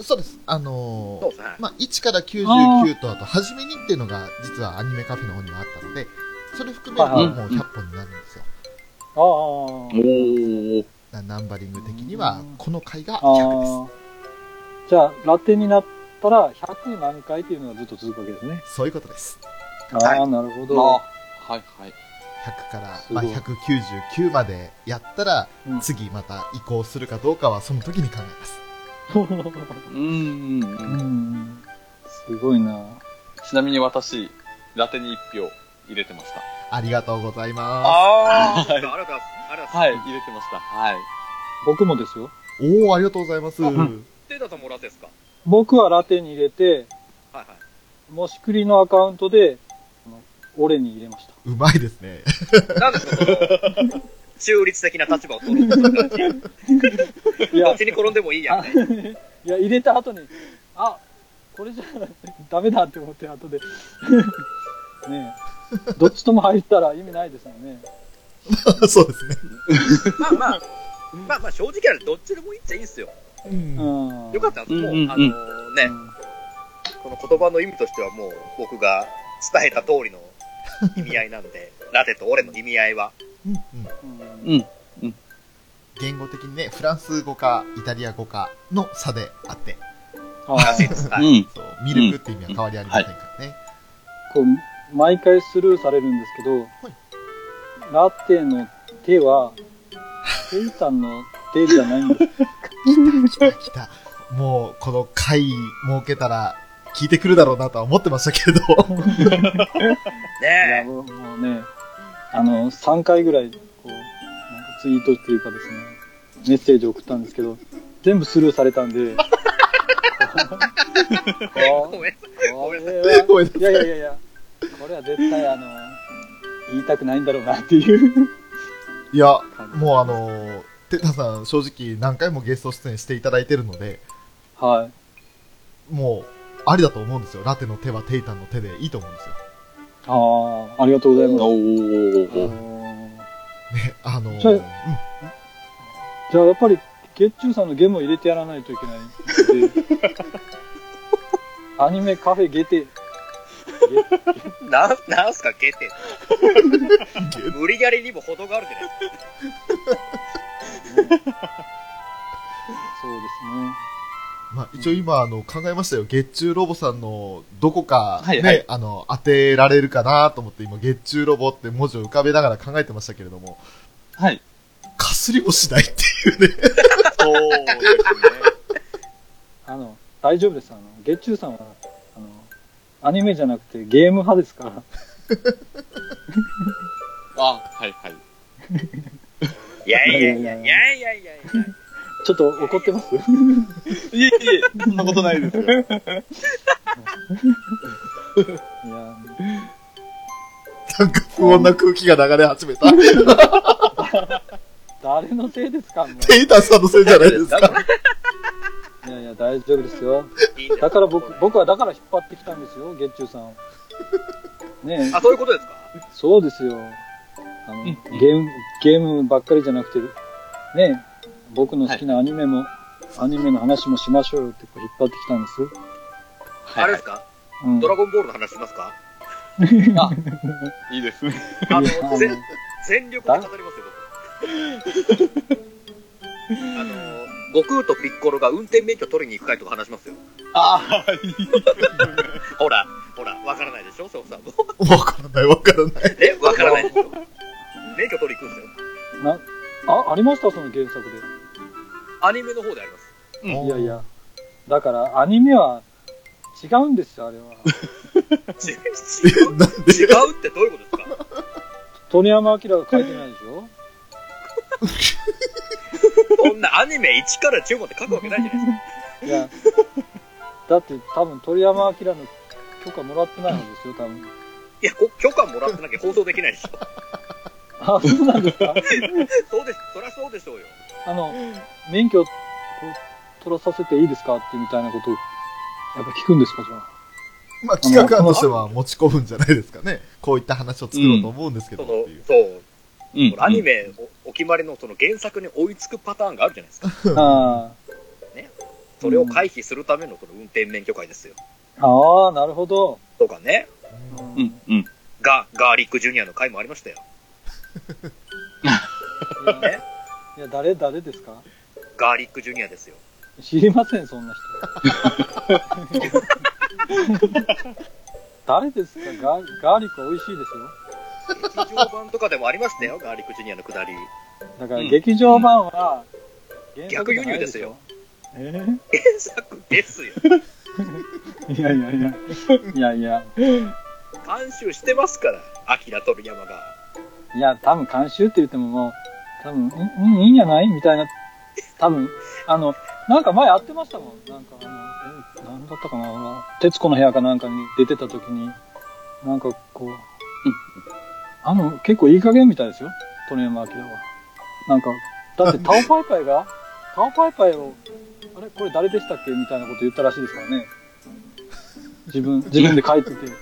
Speaker 5: そうです。あ
Speaker 4: そう
Speaker 5: の
Speaker 4: ですね。
Speaker 5: ー、まあ、1から99と、あと、初めにっていうのが、実はアニメカフェの方にはあったので、それ含めると
Speaker 3: はい
Speaker 2: はい
Speaker 5: もう100本になるんですよ。
Speaker 3: ああ。
Speaker 2: おー。
Speaker 5: なナンバリング的には
Speaker 3: うん、
Speaker 5: この回が100です。
Speaker 3: ああ。じゃあ、ラテになったら、100何回っていうのがずっと続くわけですね。
Speaker 5: そういうことです。
Speaker 3: ああ、なるほ
Speaker 2: ま
Speaker 3: ど。
Speaker 2: あ、はいはい。
Speaker 5: 100から、
Speaker 3: す
Speaker 5: ま
Speaker 3: ご
Speaker 5: あ、
Speaker 3: い
Speaker 5: 199までやったら、
Speaker 3: うん
Speaker 5: 次また移行するかどうかは、その時に考えます。
Speaker 2: うー。
Speaker 3: うんん。すごいな。
Speaker 2: ちなみに私、ラテに一票入れてました。
Speaker 5: ありがとうございま
Speaker 4: あ
Speaker 2: ー
Speaker 4: ありがとうございます。ありがとうございます。
Speaker 2: はい、入れてました。はい。
Speaker 3: 僕もですよ。
Speaker 5: す。おー、ありがとうございます。
Speaker 3: うん
Speaker 4: データともラテですか
Speaker 3: 僕はラテに入れて、
Speaker 4: はいはい。
Speaker 3: もしくりのアカウントで、あの俺に入れました。
Speaker 5: うまいですね。
Speaker 4: なんですか、その、中立的な立場を取ろうとする感じ。
Speaker 3: い
Speaker 4: ど
Speaker 3: や
Speaker 4: っち、に転んでもいいやみ
Speaker 3: あ
Speaker 4: たいな。
Speaker 3: いや入れた後に、あこれじゃダメだって思って、後で。 ねえどっちとも入ったら意味ないですもんね。
Speaker 5: そうですね。
Speaker 4: まあまあ、まあまあ正直あれどっちでもいいっちゃいいんですよ。
Speaker 5: うん
Speaker 3: うん。
Speaker 4: よかったんです。もう、
Speaker 2: うんうんうん
Speaker 4: あのね、この言葉の意味としてはもう僕が伝えた通りの意味合いなんで、ラテと俺の意味合いは。
Speaker 5: うんうん
Speaker 3: うんうん
Speaker 2: うん。
Speaker 5: 言語的にね、フランス語かイタリア語かの差であって、
Speaker 3: あ
Speaker 4: らしいです。はい。
Speaker 2: うん。
Speaker 5: そうミルクっていう意味は変わりありませんからね。
Speaker 3: こう毎回スルーされるんですけど、ラテの手は、テイさんの手じゃないんです。
Speaker 5: 来た。もう、この回設けたら、聞いてくるだろうなとは思ってましたけれど。
Speaker 3: いや
Speaker 4: ね
Speaker 3: もうもうね、あの、3回ぐらい、こう、なんかツイートっていうかですね、メッセージ送ったんですけど、全部スルーされたんで、
Speaker 4: え。
Speaker 3: こ
Speaker 4: ごめんな
Speaker 3: れ
Speaker 4: ごめんな
Speaker 3: は、
Speaker 5: ごめんなさい
Speaker 3: いやいやいやいや、これは絶対あの、言いたくないんだろうなっていう。
Speaker 5: いや、もうあの、テタさん、正直何回もゲスト出演していただいてるので、
Speaker 3: はい。
Speaker 5: もう、ありだと思うんですよ。ラテの手はテイタンの手でいいと思うんですよ。
Speaker 3: ああ、ありがとうございます。
Speaker 2: おー。
Speaker 5: ね、あの、
Speaker 3: そう
Speaker 5: うん
Speaker 3: じゃあやっぱり、月中さんのゲも入れてやらないといけない んで。アニメカフェゲテ。
Speaker 4: なん、なんすか、ゲテ。無理やりにも程があるじゃないですか。
Speaker 3: そうですね。
Speaker 5: まあ、一応今、あの、考えましたよ。月中ロボさんの、どこか、ね、
Speaker 2: はいはい
Speaker 5: あの、当てられるかなと思って、今、月中ロボって文字を浮かべながら考えてましたけれども、
Speaker 2: はい。
Speaker 5: かすりもしないっていうね。
Speaker 2: そうです
Speaker 3: あの、大丈夫です。あの、月中さんは、あの、アニメじゃなくてゲーム派ですから。
Speaker 2: ね。あ、はいはい。
Speaker 4: いやいやいやいやいやいやいや。
Speaker 3: ちょっと怒ってます
Speaker 2: いえいえ、そんなことないですよ。
Speaker 3: いや、
Speaker 5: なんか不穏な空気が流れ始め た。
Speaker 3: 誰のせいですかもう。
Speaker 5: ペイターさんのせいじゃないですか。
Speaker 3: いやいや、大丈夫ですよ。
Speaker 4: いいんです
Speaker 3: だから 僕、僕はだから引っ張ってきたんですよ、月中さんを。ねえ
Speaker 4: あ、、そういうことですか
Speaker 3: そうですよ。あの、ゲーム、ゲームばっかりじゃなくて、ねえ、僕の好きなアニメも、アニメの話もしましょうよってこう引っ張ってきたんですよ。
Speaker 2: は
Speaker 4: あ
Speaker 2: い
Speaker 4: れ
Speaker 2: は
Speaker 4: ですか
Speaker 3: うん。
Speaker 4: ドラゴンボールの話しますか
Speaker 2: い。いいですね。
Speaker 4: あ
Speaker 3: いやあ
Speaker 4: の、
Speaker 3: の
Speaker 4: 全全力で語りますよ、僕。あの、悟空とピッコロが運転免許取りに行く回とか話しますよ。
Speaker 2: ああ、いい。
Speaker 4: ほら、ほら、わからない でしょ、翔さんも。
Speaker 5: わからない、わからない。
Speaker 4: え、わからないでしょ。免許取りに行くんですよ。
Speaker 3: なあありましたその原作
Speaker 4: アニメの方であります。
Speaker 3: でいやいやだからアニメは違うんですよあれは
Speaker 4: ち違
Speaker 5: え。
Speaker 4: う
Speaker 5: なん で
Speaker 4: 違うってどういうことですか
Speaker 3: 鳥山明が書いてないでしょ
Speaker 4: こんなアニメ1から10まで書くわけないじゃないですか。
Speaker 3: いや、だって多分鳥山明の許可もらってないんですよ、多分。
Speaker 4: いや、こ許可もらってなきゃ放送できないでしょ。
Speaker 3: あ、そうなんですか
Speaker 4: そうです。そりゃそうでしょうよ。
Speaker 3: あの、免許こう取らさせていいですかってみたいなこと、やっぱ聞くんですか、じゃあ。
Speaker 5: まあ、企画案としては持ち込むんじゃないですかね。こういった話を作ろうと思うんですけ
Speaker 4: そ
Speaker 5: ど、
Speaker 4: の
Speaker 5: っていう、
Speaker 4: そう。
Speaker 2: うん
Speaker 4: アニメおお決まりのその原作に追いつくパターンがあるじゃないですか。
Speaker 3: あ
Speaker 4: それを回避するためのこの運転免許会ですよ。
Speaker 3: ーあー、なるほど。
Speaker 4: とかね。
Speaker 2: う、
Speaker 3: うん
Speaker 2: うん。
Speaker 4: が、ガーリックジュニアの会もありましたよ。
Speaker 3: いや、いや誰、誰ですか
Speaker 4: ガーリックジュニアですよ。
Speaker 3: 知りません、そん な人。誰ですかガーガーリックは美味しいですよ。
Speaker 4: 劇場版とかでもありましたよ、ガーリックジュニアのくだり。
Speaker 3: だから劇場版は、
Speaker 4: 逆輸入ですよ
Speaker 3: 原作じゃないでしょ。えー
Speaker 4: 原作です
Speaker 3: い
Speaker 4: よ。
Speaker 3: やいやいや、いやいや、
Speaker 4: 監修してますから、アキラ鳥山が。
Speaker 3: いや、多分監修って言ってももう、多分、んんいいんじゃないみたいな、多分、あの、なんか前やってましたもん。なんか、あの、えなんだったかな、徹子の部屋かなんかに出てた時に、なんかこう、あの、結構いい加減みたいですよ。鳥山明は。なんか、だってタオパイパイが、タオパイパイを、あれこれ誰でしたっけみたいなこと言ったらしいですからね。自分、自分で書いてて。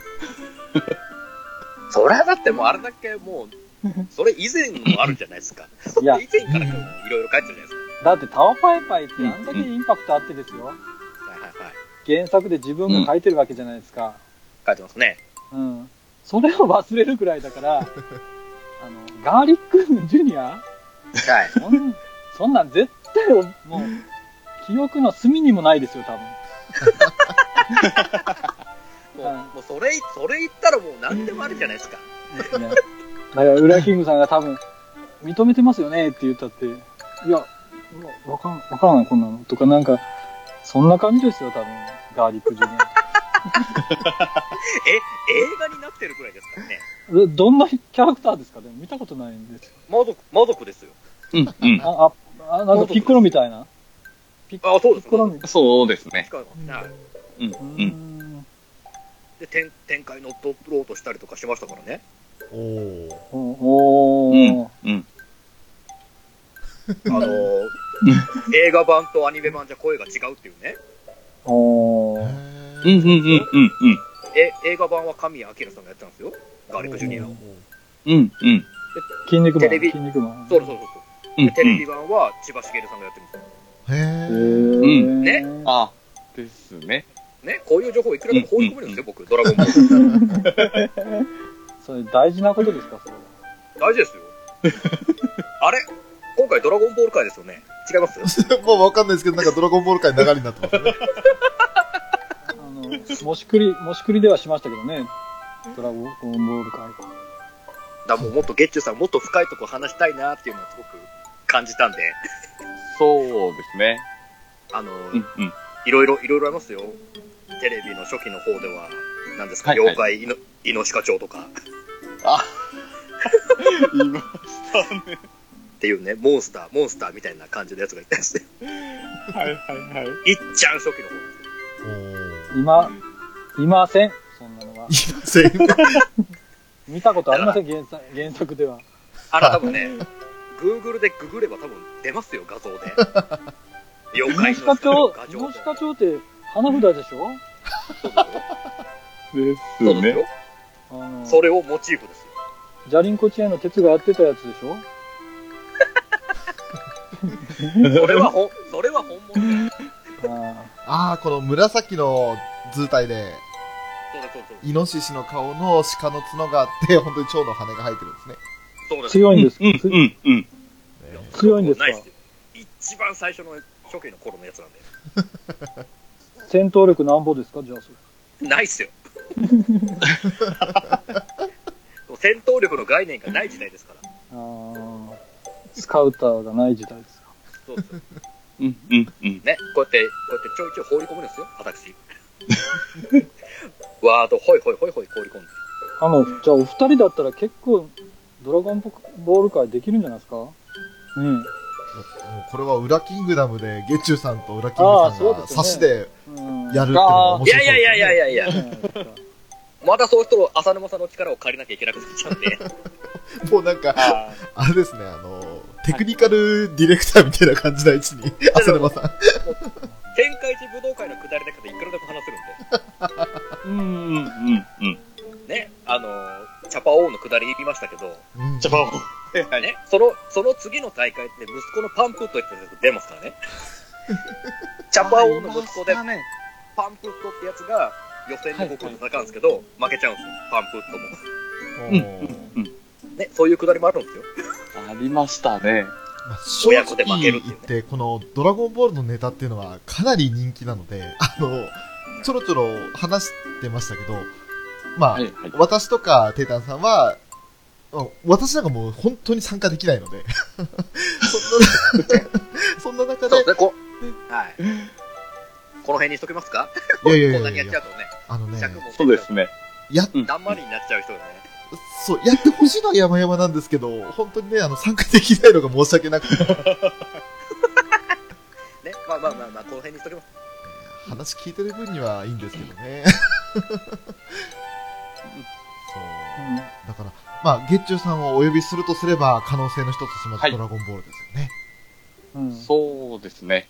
Speaker 4: そりゃだってもうあれだけもう、それ以前もあるじゃないですか。それ以前からもういろいろ書いてるじゃないです
Speaker 3: だってタオパイパイってあんだけインパクトあってですよ。
Speaker 4: か。はいはいはい。
Speaker 3: 原作で自分が書いてるわけじゃないですか。
Speaker 4: 書いてますね。
Speaker 3: うん。それを忘れるぐらいだ から、あの、ガーリックジュニア
Speaker 4: はい。
Speaker 3: そんそんなん絶対おもう、記憶の隅にもないですよ、多分。
Speaker 4: もうもうそれ、それ言ったらもう何でもあるじゃないですか。
Speaker 3: ね、だから、ウラキングさんが多分、認めてますよねって言ったって、いや、わわかんわからない、こんなの。とか、なんか、そんな感じですよ、多分、ガーリックジュニア。
Speaker 4: え、映画になってるくらいですからね。
Speaker 3: どどんなキャラクターですかね見たことないんですよ。
Speaker 4: 魔族、魔族ですよ。
Speaker 2: うん、うん。
Speaker 3: あ、あ、あなんかピッコロみたいな
Speaker 4: あ、そう
Speaker 3: ピ
Speaker 4: で
Speaker 3: ッ
Speaker 4: す
Speaker 3: コロみ
Speaker 2: そうですね。
Speaker 4: はい。
Speaker 2: うん、
Speaker 3: う
Speaker 2: うん。
Speaker 3: ん。
Speaker 4: で、展展開乗っ取ろうとしたりとかしましたから ね。
Speaker 5: おー
Speaker 3: おー。
Speaker 2: うん。
Speaker 4: あのー、映画版とアニメ版じゃ声が違うっていうね。
Speaker 3: お
Speaker 5: へ
Speaker 2: うん、うん、
Speaker 3: ー。
Speaker 2: うん、うん、うん。
Speaker 4: え、映画版は神谷明さんがやったんですよ。ガーリックジュニアを。
Speaker 2: うん、うん。
Speaker 3: 筋肉マン。
Speaker 4: テレビ
Speaker 3: 筋肉マン。
Speaker 4: そうそうそうそう。
Speaker 2: うん
Speaker 4: で、テレビ版は千葉茂さんがやってるんですよ。
Speaker 5: へ
Speaker 3: へ
Speaker 5: ー
Speaker 3: ー。
Speaker 2: うん
Speaker 4: ね
Speaker 2: あ、ですね。
Speaker 4: ね、こういう情報いくらでも放り込めるんですよ、僕、ドラゴンボール。
Speaker 3: それ大事なことですか、それは。
Speaker 4: 大事ですよ。あれ今回ドラゴンボール会ですよね。違います
Speaker 5: まあわかんないですけど、なんかドラゴンボール界の流れになってますね。
Speaker 3: あの、もしくり、もしくりではしましたけどね。ドラゴンボール会。
Speaker 4: だもうもっと月中さん、もっと深いとこ話したいなっていうのをすごく感じたんで、
Speaker 2: そうですね。
Speaker 4: あの、
Speaker 2: うん、うん。
Speaker 4: いろいろ、いろいろありますよ。テレビの初期の方では、何ですか、
Speaker 2: はいはい
Speaker 4: 妖怪いの、イノシカ町とか
Speaker 2: あ、いましたね。
Speaker 4: っていうね、モンスター、モンスターみたいな感じのやつがいたりして、
Speaker 2: はい、はい、はい。
Speaker 4: いっちゃん初期の方ですよ。
Speaker 5: おー
Speaker 3: 今、いません。そんなのは。
Speaker 5: いません。
Speaker 3: 見たことありません、原作、原作では。
Speaker 4: あれ多 分ね、Google でググれば多分出ますよ、画像 で。妖
Speaker 3: イノ
Speaker 4: 怪
Speaker 3: シカ
Speaker 4: の
Speaker 3: 町、
Speaker 4: 画
Speaker 3: イ
Speaker 4: 像
Speaker 3: ノ
Speaker 4: で
Speaker 3: シ。カ町って花札でしょ
Speaker 2: です
Speaker 4: そうです
Speaker 2: ね。
Speaker 4: よ。
Speaker 3: あの、
Speaker 4: それをモチーフですよ。
Speaker 3: ジャリンコチエの鉄がやってたやつでしょ
Speaker 4: それはほん、それは本物だよ。
Speaker 3: あ
Speaker 5: ああ、この紫の図体で、
Speaker 4: そうだそうだそうだ
Speaker 5: イノシシの顔の鹿の角があって、本当に蝶の羽が生えてるんですね。
Speaker 4: そうだ
Speaker 3: ー強いんです、
Speaker 2: うん、うん、うん。
Speaker 3: つ強いんですか
Speaker 4: ないっすよ一番最初の初期の頃のやつなんで。
Speaker 3: 戦闘力なんぼですかじゃあそれ。
Speaker 4: ないっすよ。戦闘力の概念がない時代ですから。
Speaker 3: あースカウターがない時代ですよ。
Speaker 4: そうそう。
Speaker 2: うん、うん、うん。
Speaker 4: ね、こうやって、こうやってちょいちょい放り込むんですよ、私。 ワード、ほいほいほいほい放り込んで。
Speaker 3: あの、じゃあお二人だったら結構、ドラゴンボール会できるんじゃないですかね
Speaker 5: もうこれは裏キングダムで、ゲチュさんと裏キング
Speaker 3: あーそう
Speaker 5: さ
Speaker 3: で
Speaker 5: んが
Speaker 3: すね
Speaker 5: 差しで
Speaker 3: え。うん
Speaker 5: やるっていうのが面白そう
Speaker 4: いやいやいやいやい
Speaker 5: や。
Speaker 4: やいや、またそういう人を浅沼さんの力を借りなきゃいけなくなっちゃうんで。
Speaker 5: もうなんか、
Speaker 2: あ
Speaker 5: あれですね、あの、テクニカルディレクターみたいな感じの位置に、浅沼さん。
Speaker 4: 天下一武道会のくだりだけでいくらでも話せるん
Speaker 2: あ、うん、うん、うん、うん。
Speaker 4: で。ね、あのー、チャパ王のくだり言いましたけど、
Speaker 5: うん
Speaker 2: ジャパン。はいはい。
Speaker 4: ね、その、その次の大会って息子のパンプットってやつが出ますから ね。チャパ王の息子で、
Speaker 3: ね。
Speaker 4: パンプットってやつが予選で僕と戦うんですけど、負けちゃうんですよ、パンプットも。
Speaker 5: うん
Speaker 4: ね、そういうくだりもあるんですよ。
Speaker 2: ありましたね。
Speaker 5: まあ正
Speaker 4: 親子で負
Speaker 5: 直
Speaker 4: ける
Speaker 5: 言
Speaker 4: っていうね
Speaker 5: って、このドラゴンボールのネタっていうのはかなり人気なので、 あの、ちょろちょろ話してましたけど、まあ、
Speaker 2: はい、はい。
Speaker 5: 私とかテータンさんは、あ私なんかもう本当に参加できないので、 そんな、そんな
Speaker 4: そ
Speaker 5: 中で
Speaker 4: う、ですね、こ、はい。この辺にしときますか
Speaker 5: いやいやいや
Speaker 4: こん
Speaker 5: い
Speaker 4: な
Speaker 5: や
Speaker 4: にやっちゃうとね、
Speaker 5: あのね、
Speaker 4: 尺も。
Speaker 2: そうです。ね。
Speaker 5: や、
Speaker 4: だんまりになっちゃう人がね。
Speaker 5: そう、やってほしいのは山々なんですけど、本当にね、あの、参加できないのが申し訳なくて、
Speaker 4: ね、まあまあまあまあ、この辺にしときます。
Speaker 5: 話聞いてる分にはいいんですけどね。 そう。だから、まあ、月中さんをお呼びするとすれば、可能性の一つ、その
Speaker 2: はい
Speaker 5: ドラゴンボールですよね。
Speaker 3: うん。うん。
Speaker 2: そうですね。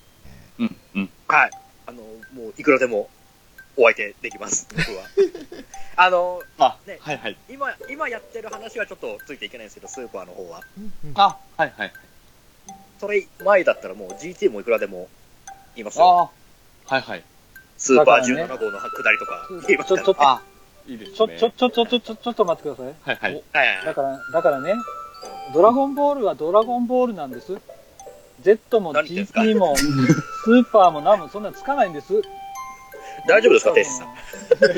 Speaker 2: うん、うん。
Speaker 4: はい。あの、もう、いくらでも、お相手できます、僕は。あの、
Speaker 2: あ
Speaker 4: ね、
Speaker 2: はいはい。
Speaker 4: 今、今やってる話はちょっとついていけないんですけど、スーパーの方は。
Speaker 5: うんうん
Speaker 2: あ、はいはい。
Speaker 4: それ前だったらもう GT もいくらでも言いますよ。
Speaker 2: ああ。はいはい。
Speaker 4: スーパー
Speaker 3: だから
Speaker 4: 17号の下りとか言います
Speaker 3: ちょ、ち
Speaker 4: から
Speaker 3: ょ、ちょ、
Speaker 2: あいいですね。
Speaker 3: ちょ、ちょ、ちょ、ちょ、ちょ、ちょちょっと待ってください。
Speaker 2: はいはい。
Speaker 4: はいはいは
Speaker 3: だ
Speaker 4: い
Speaker 3: から、だからね、ドラゴンボールはドラゴンボールなんです。Z も
Speaker 4: 何言ってんすか
Speaker 3: GT も、スーパーも何もそんなつかないんです。
Speaker 4: 大丈夫ですか、テイスさん。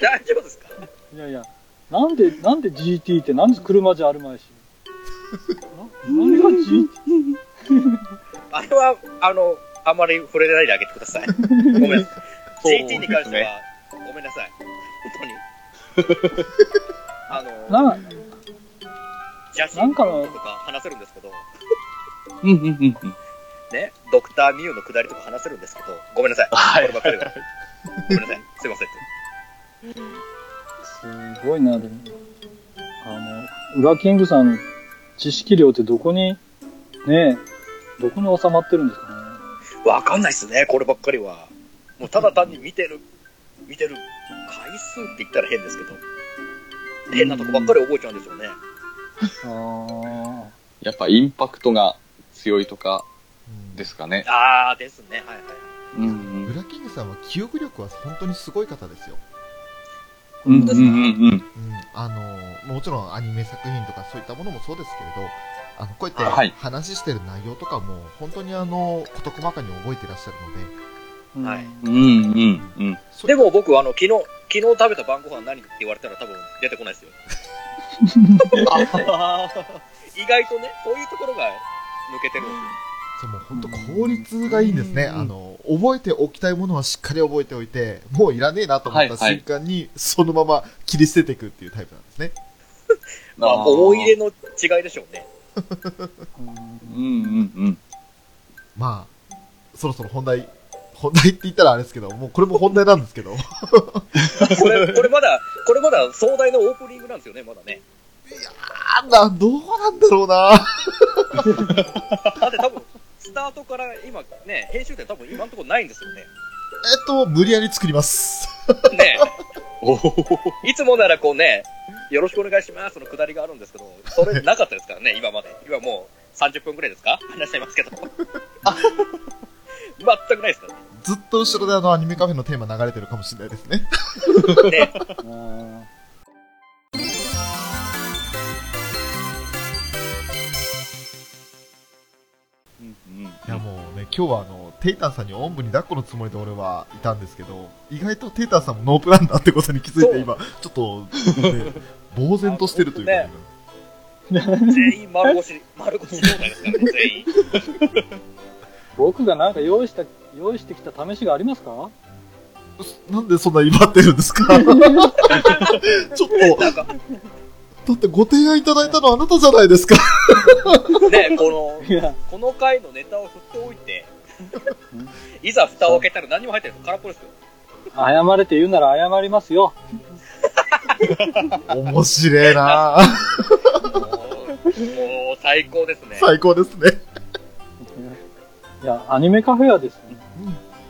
Speaker 4: 大丈夫ですか
Speaker 3: いやいや、なんで、なんで GT って、なんで車じゃあるまいし。な何が GT?
Speaker 4: あれは、あの、あんまり触れないであげてくだ さい。ごめん。GT に関しては、ごめんなさい。本当に。あの、
Speaker 3: な、
Speaker 4: 写
Speaker 3: な
Speaker 4: 真
Speaker 3: んか
Speaker 4: と
Speaker 3: の
Speaker 4: か話せるんですけど、
Speaker 2: うんうんうんうん。
Speaker 4: ね、ドクターミュウの下りとか話せるんですけど、ごめんなさい。
Speaker 2: は
Speaker 4: こればっかり は。ごめんなさい。すいません。
Speaker 3: すごいな、でも。あの、ウラキングさんの知識量ってどこに、ねえ、どこに収まってるんですかね。
Speaker 4: わかんないっすね、こればっかりは。もうただ単に見てる、見てる回数って言ったら変ですけど、変なとこばっかり覚えちゃうんですよね。
Speaker 3: あ
Speaker 2: やっぱインパクトが強いとか
Speaker 5: うん
Speaker 2: ですかね。
Speaker 4: あーですね、はいはいはい。
Speaker 2: うん
Speaker 5: ブラキングさんは記憶力は本当にすごい方ですよ。
Speaker 3: ーうん
Speaker 2: うんうんうん。
Speaker 5: うん、あの、もちろんアニメ作品とかそういったものもそうですけれど、あの、こうやっ
Speaker 2: はい
Speaker 5: て話してる内容とかも、本当にあの、事細かに覚えてらっしゃるので、
Speaker 3: うん
Speaker 4: はい
Speaker 2: うんうんうん。
Speaker 5: そ
Speaker 4: でも僕、あの、昨日、昨日食べた晩ご飯何って言われたら多分出てこないですよ。意外とね、そういうところが抜けてるんで
Speaker 5: そうもう本当効率がいいんですね。
Speaker 2: うん
Speaker 5: あの、覚えておきたいものはしっかり覚えておいて、もういらねえなと思った
Speaker 2: はいはい
Speaker 5: 瞬間に、そのまま切り捨てていくっていうタイプなんですね。
Speaker 4: すよ。まあ、思い入れの違いでしょうね。
Speaker 2: うんうんうん。
Speaker 5: まあ、そろそろ本題、 本題って言ったらあれですけど、もうこれも本題なんですけど。
Speaker 4: これ、これまだ、これまだ壮大なオープニングなんですよね、まだね。
Speaker 5: あんな、どうなんだろうな。
Speaker 4: だって多分、スタートから今ね、編集点多分今のところないんですよね。
Speaker 5: えっと、無理やり作ります。
Speaker 4: ね
Speaker 2: おお。
Speaker 4: えいつもならこうね、よろしくお願いしますのくだりがあるんですけど、それなかったですからね、今まで。今もう30分くらいですか話してますけど。全くないですか
Speaker 5: ずっと後ろであのアニメカフェのテーマ流れてるかもしれないですね。
Speaker 4: らね。ね
Speaker 3: うん
Speaker 2: うんうん
Speaker 5: いやもうね、今日はあの、テイタンさんにおんぶに抱っこのつもりで俺はいたんですけど、意外とテイタンさんもノープランだってことに気づい
Speaker 4: そう
Speaker 5: て今、ちょっと、ね、呆然としてるというか、
Speaker 4: ね全員丸腰、丸腰状態ですからね、全員。
Speaker 3: 僕がなんか用意した、用意してきた試しがありますか
Speaker 5: なんでそんな威張ってるんですかちょっと、だってご提案いただいたのあなたじゃないですか。
Speaker 4: ね、こ
Speaker 3: いや、
Speaker 4: の、この回のネタを振っておいて、いざ蓋を開けたら何も入ってないと空っぽですよ。
Speaker 3: 謝れて言うなら謝りますよ。
Speaker 5: 面白いな
Speaker 4: も
Speaker 5: ぁ。
Speaker 4: う、もう最高ですね。
Speaker 5: 最高ですね。
Speaker 3: いや、アニメカフェはですね、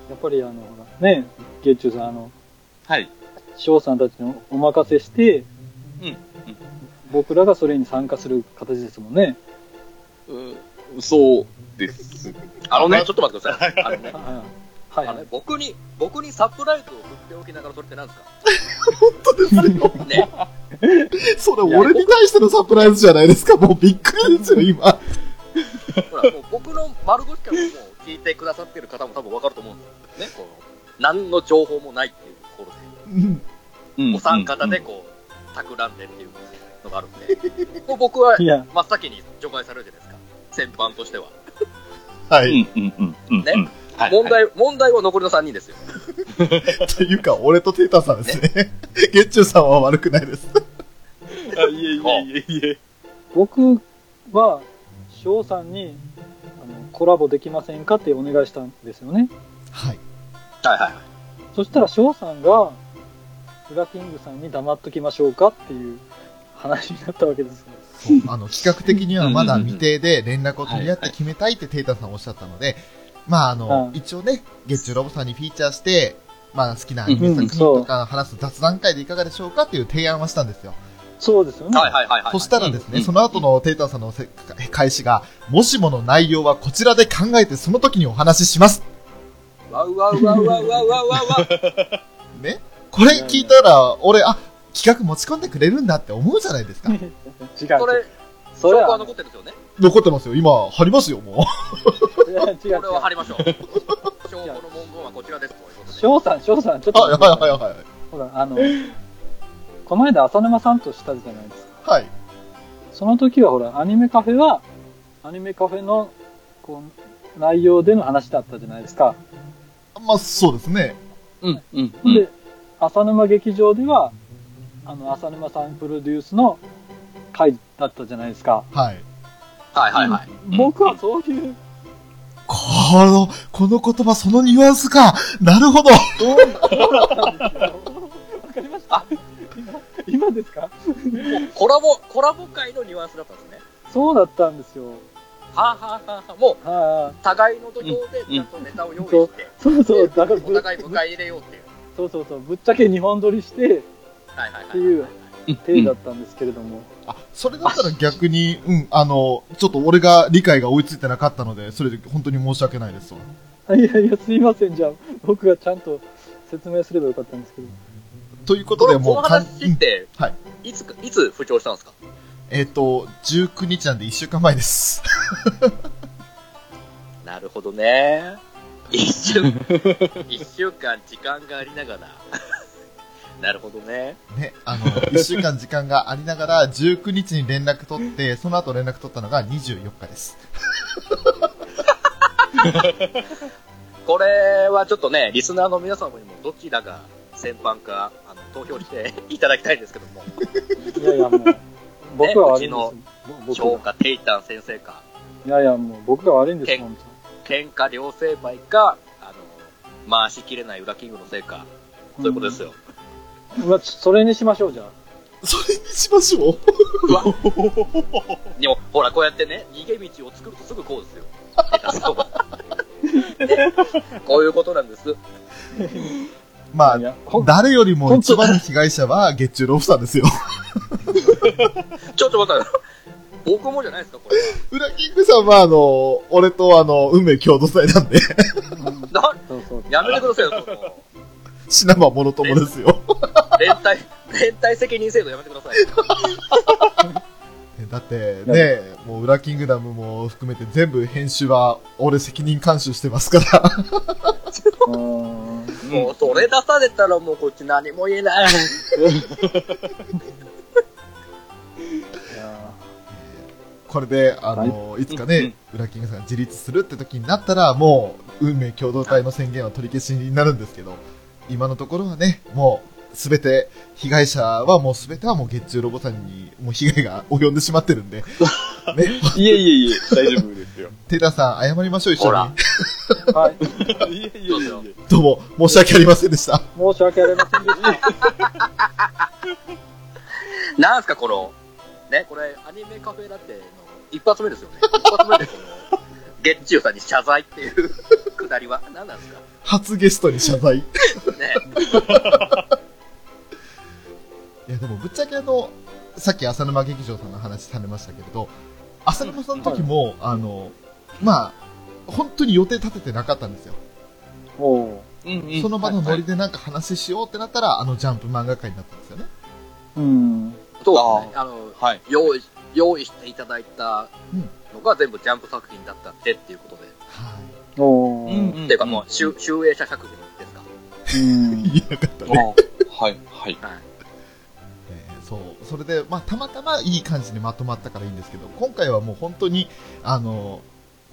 Speaker 3: やっぱりあの、ほら、ね、月中さん、あの、
Speaker 2: はい。
Speaker 3: 翔さんたちにお任せして、
Speaker 2: うんうん
Speaker 3: 僕らがそれに参加する形ですもんね。
Speaker 2: うんそうです。
Speaker 4: あの
Speaker 2: は
Speaker 4: ね、
Speaker 2: い
Speaker 4: ちょっと待ってください。あのね、
Speaker 3: はい、はい
Speaker 4: あのね僕に、僕にサプライズを振っておきながらそれって何ですかね、
Speaker 5: それ俺に対してのサプライズじゃないですか。もうびっくりですよ、今。
Speaker 4: ほら、もう僕の丸腰からもう聞いてくださってる方も多分わかると思うんですよ。ね、この、何の情報もないっていうところで。
Speaker 5: うん
Speaker 2: うん
Speaker 4: お三方でこう、企んでっていうのがあるんで、もう僕はい
Speaker 3: や、
Speaker 4: 真っ先に除外されるじゃないですか、先般としては。
Speaker 5: は
Speaker 2: う
Speaker 5: い。
Speaker 2: んうんうんうんうん。
Speaker 4: ね
Speaker 2: はい。
Speaker 4: 問
Speaker 2: はい
Speaker 4: 題、問題は残りの3人ですよ。
Speaker 5: というか、俺とテータさんですね。 月中さんは悪くないです。
Speaker 2: あいえいえいえいえ。
Speaker 3: 僕は、翔さんに、あの、コラボできませんかってお願いしたんですよね。
Speaker 5: はい。
Speaker 4: はいはい。
Speaker 3: そしたら翔さんが、フラキングさんに黙っときましょうかっていう話になったわけですよ。
Speaker 5: あの、企画的にはまだ未定で連絡を取り合って決めたいってテータさんおっしゃったので、まああの、
Speaker 3: うん
Speaker 5: 一応ね、月中ラボさんにフィーチャーして、まあ好きなアニメ作品とか話す雑談会でいかがでしょうかっていう提案はしたんですよ。
Speaker 3: そうですよね。
Speaker 4: はいはいはい、はい。
Speaker 5: そしたらです
Speaker 2: う
Speaker 5: ね、
Speaker 2: ん
Speaker 5: その後のテータさんのせ開始が、もしもの内容はこちらで考えてその時にお話しします。
Speaker 4: わうわうわうわうわうわうわうわ。
Speaker 5: ね。これ聞いたら、俺、あ、企画持ち込んでくれるんだって思うじゃないですか。
Speaker 3: 違
Speaker 4: こ
Speaker 3: う。
Speaker 4: れ、
Speaker 3: そ
Speaker 4: 証
Speaker 3: れ
Speaker 4: 拠は
Speaker 3: は、
Speaker 4: 残ってるんですよね。
Speaker 5: 残ってますよ。今、貼りますよ、 も
Speaker 3: いや違う違
Speaker 4: これは貼
Speaker 3: う。
Speaker 4: りましょう。証拠の文言はこちらですということで。
Speaker 3: 翔さん、翔さん、ちょっ
Speaker 5: う。
Speaker 3: と
Speaker 5: はい、
Speaker 3: 待ってください。
Speaker 5: はい、はい、はい。
Speaker 3: ほら、あの、この間浅沼さんとしたじゃないですか。
Speaker 5: はい。
Speaker 3: その時はほら、アニメカフェは、アニメカフェの、こう、内容での話だったじゃないですか。
Speaker 5: まあ、そうですね。
Speaker 2: うんうんうん。
Speaker 3: で、浅沼劇場では、あの、浅沼さんプロデュースの回だったじゃないですか。
Speaker 5: はい。
Speaker 4: はいはいはい。
Speaker 3: 僕はそういう、
Speaker 5: この、この言葉、そのニュアンスか。なるほど。
Speaker 3: そうなんですよ。わかりました今、今ですか
Speaker 4: コラボ、コラボ会のニュアンスだったんですね。
Speaker 3: そうだったんですよ。
Speaker 4: はあ、はあはあはあ、もう、
Speaker 3: は
Speaker 4: 互いの土俵でちゃんとネタを用意して、
Speaker 3: い。そうそう、だから
Speaker 4: お
Speaker 3: ぶ、
Speaker 4: 互い迎え入れようっていう。
Speaker 3: そうそうそう、ぶっちゃけ日本撮りして、
Speaker 4: はいはいはい。
Speaker 3: ってい
Speaker 2: う
Speaker 3: う
Speaker 2: ん
Speaker 3: 手だったんですけれども。
Speaker 5: あ、それだったら逆に、うん、あの、ちょっと俺が理解が追いついてなかったので、それで本当に申し訳ないですわ。
Speaker 3: いやいや、すいません。じゃあ、僕がちゃんと説明すればよかったんですけど。
Speaker 5: ということ
Speaker 4: こ
Speaker 5: で、
Speaker 4: のこの
Speaker 5: もうかん、う
Speaker 4: 話っ
Speaker 5: ん
Speaker 4: て、
Speaker 5: うんはい
Speaker 4: いつか、いつ浮上したんですか
Speaker 5: えっ、と、19日なんで1週間前です。
Speaker 4: なるほどね。 一週、一週間時間がありながら。 なるほどね。
Speaker 5: ね、あ の、1週間時間がありながら、19日に連絡取って、その後連絡取ったのが24日です。
Speaker 4: これはちょっとね、リスナーの皆様にもどちらが先般か、あの、投票して いただきたいんですけども、
Speaker 3: いやいや、もう、僕は悪いん
Speaker 4: う
Speaker 3: ですよ。僕
Speaker 4: 翔
Speaker 3: 僕が
Speaker 4: かテイタン先生か、
Speaker 3: いやいや、もう僕が悪いんです、
Speaker 4: け
Speaker 3: 本
Speaker 4: 喧嘩両成敗か、あの、回しきれない裏キングのせいか、
Speaker 3: 当
Speaker 4: そういうことですよ。
Speaker 3: うんまあ、それにしましょう、じゃあ。
Speaker 5: それにしましょう。
Speaker 4: でも、ほら、こうやってね、逃げ道を作るとすぐこうですよ。 下手すとねこういうことなんです。
Speaker 5: まあ
Speaker 3: い、や、ほん
Speaker 5: 誰よりも一番の被害者は月中ロフさんですよ。
Speaker 4: ちょっと待って、僕もじゃないですか、これ。
Speaker 5: 裏キングさんは、あの、俺とあの、運命共同体なんで、
Speaker 4: な
Speaker 3: そうそう。
Speaker 4: やめてくださいよ、その。
Speaker 5: 死なばもろともですよ。
Speaker 4: 連帯、連帯責任制度やめてくださいよ。
Speaker 5: ねだってね、もう裏キングダムも含めて全部編集は俺責任監修してますから。
Speaker 3: うーん。
Speaker 4: もう、それ出されたらもうこっち何も言えない。
Speaker 3: いや
Speaker 5: これで、あの、いつかね、裏キングさんが自立するって時になったら、もう、運命共同体の宣言は取り消しになるんですけど、今のところはね、もう、すべて、被害者はもうすべてはもう月中ロボさんに、もう被害が及んでしまってる んで、ね、
Speaker 2: いえいえいえ、大丈夫 ですよ。
Speaker 5: テダさん謝りましょう、一
Speaker 4: ほ
Speaker 5: 緒
Speaker 4: ら
Speaker 5: に。
Speaker 3: はい。
Speaker 2: いえいえいえいえ。
Speaker 5: どうも、申し訳ありませんでした。
Speaker 3: 申し訳ありませんでした。
Speaker 4: なんすか、この、ね、これ、アニメカフェラテの一発目ですよね。一発目で、この、ゲッチュさんに謝罪っていうくだりは、何なんですか
Speaker 5: 初ゲストに謝罪。い
Speaker 4: ね。
Speaker 5: や、でも、ぶっちゃけあの、さっき浅沼劇場さんの話されましたけれど、浅沼さんの時も、あの、まあ、本当に予定立ててなかったんですよ。
Speaker 3: おう。
Speaker 2: うん
Speaker 5: その場のノリでなんか話しようってなったら、あのジャンプ漫画界になったんですよね。
Speaker 3: うん。
Speaker 4: そうですね。あの、
Speaker 2: はい。
Speaker 4: 用意、用意していただいたのが全部ジャンプ作品だったってっていうことで。
Speaker 5: は
Speaker 3: おう。
Speaker 4: っていうか、もう、集集英社作品ですか。
Speaker 3: うん
Speaker 5: い。。言えなかった
Speaker 2: あ
Speaker 5: ね。
Speaker 2: はい、はい。
Speaker 5: えーそう。それで、まあ、たまたまいい感じにまとまったからいいんですけど、今回はもう本当に、あの、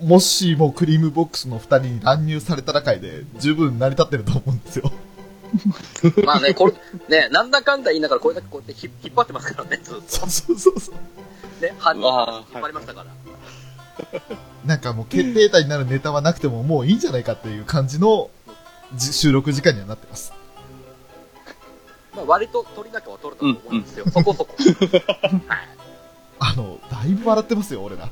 Speaker 5: もしもクリームボックスの二人に乱入されたらかいで、十分成り立ってると思うんですよ。
Speaker 4: まあね、これ、ね、なんだかんだ言いながら、これだけこうやって引引っ張ってますからね、ずっ
Speaker 5: そうそうそうそう。
Speaker 4: とね、犯人
Speaker 2: うわー
Speaker 4: 引っ張りましたから。
Speaker 5: なんかもう決定打になるネタはなくてももういいんじゃないかっていう感じのじ収録時間にはなってます。
Speaker 4: まあ、割と取りなきは取れたと思うんですよ。そこそこ。はい
Speaker 5: あの、だいぶ笑ってますよ、俺ら。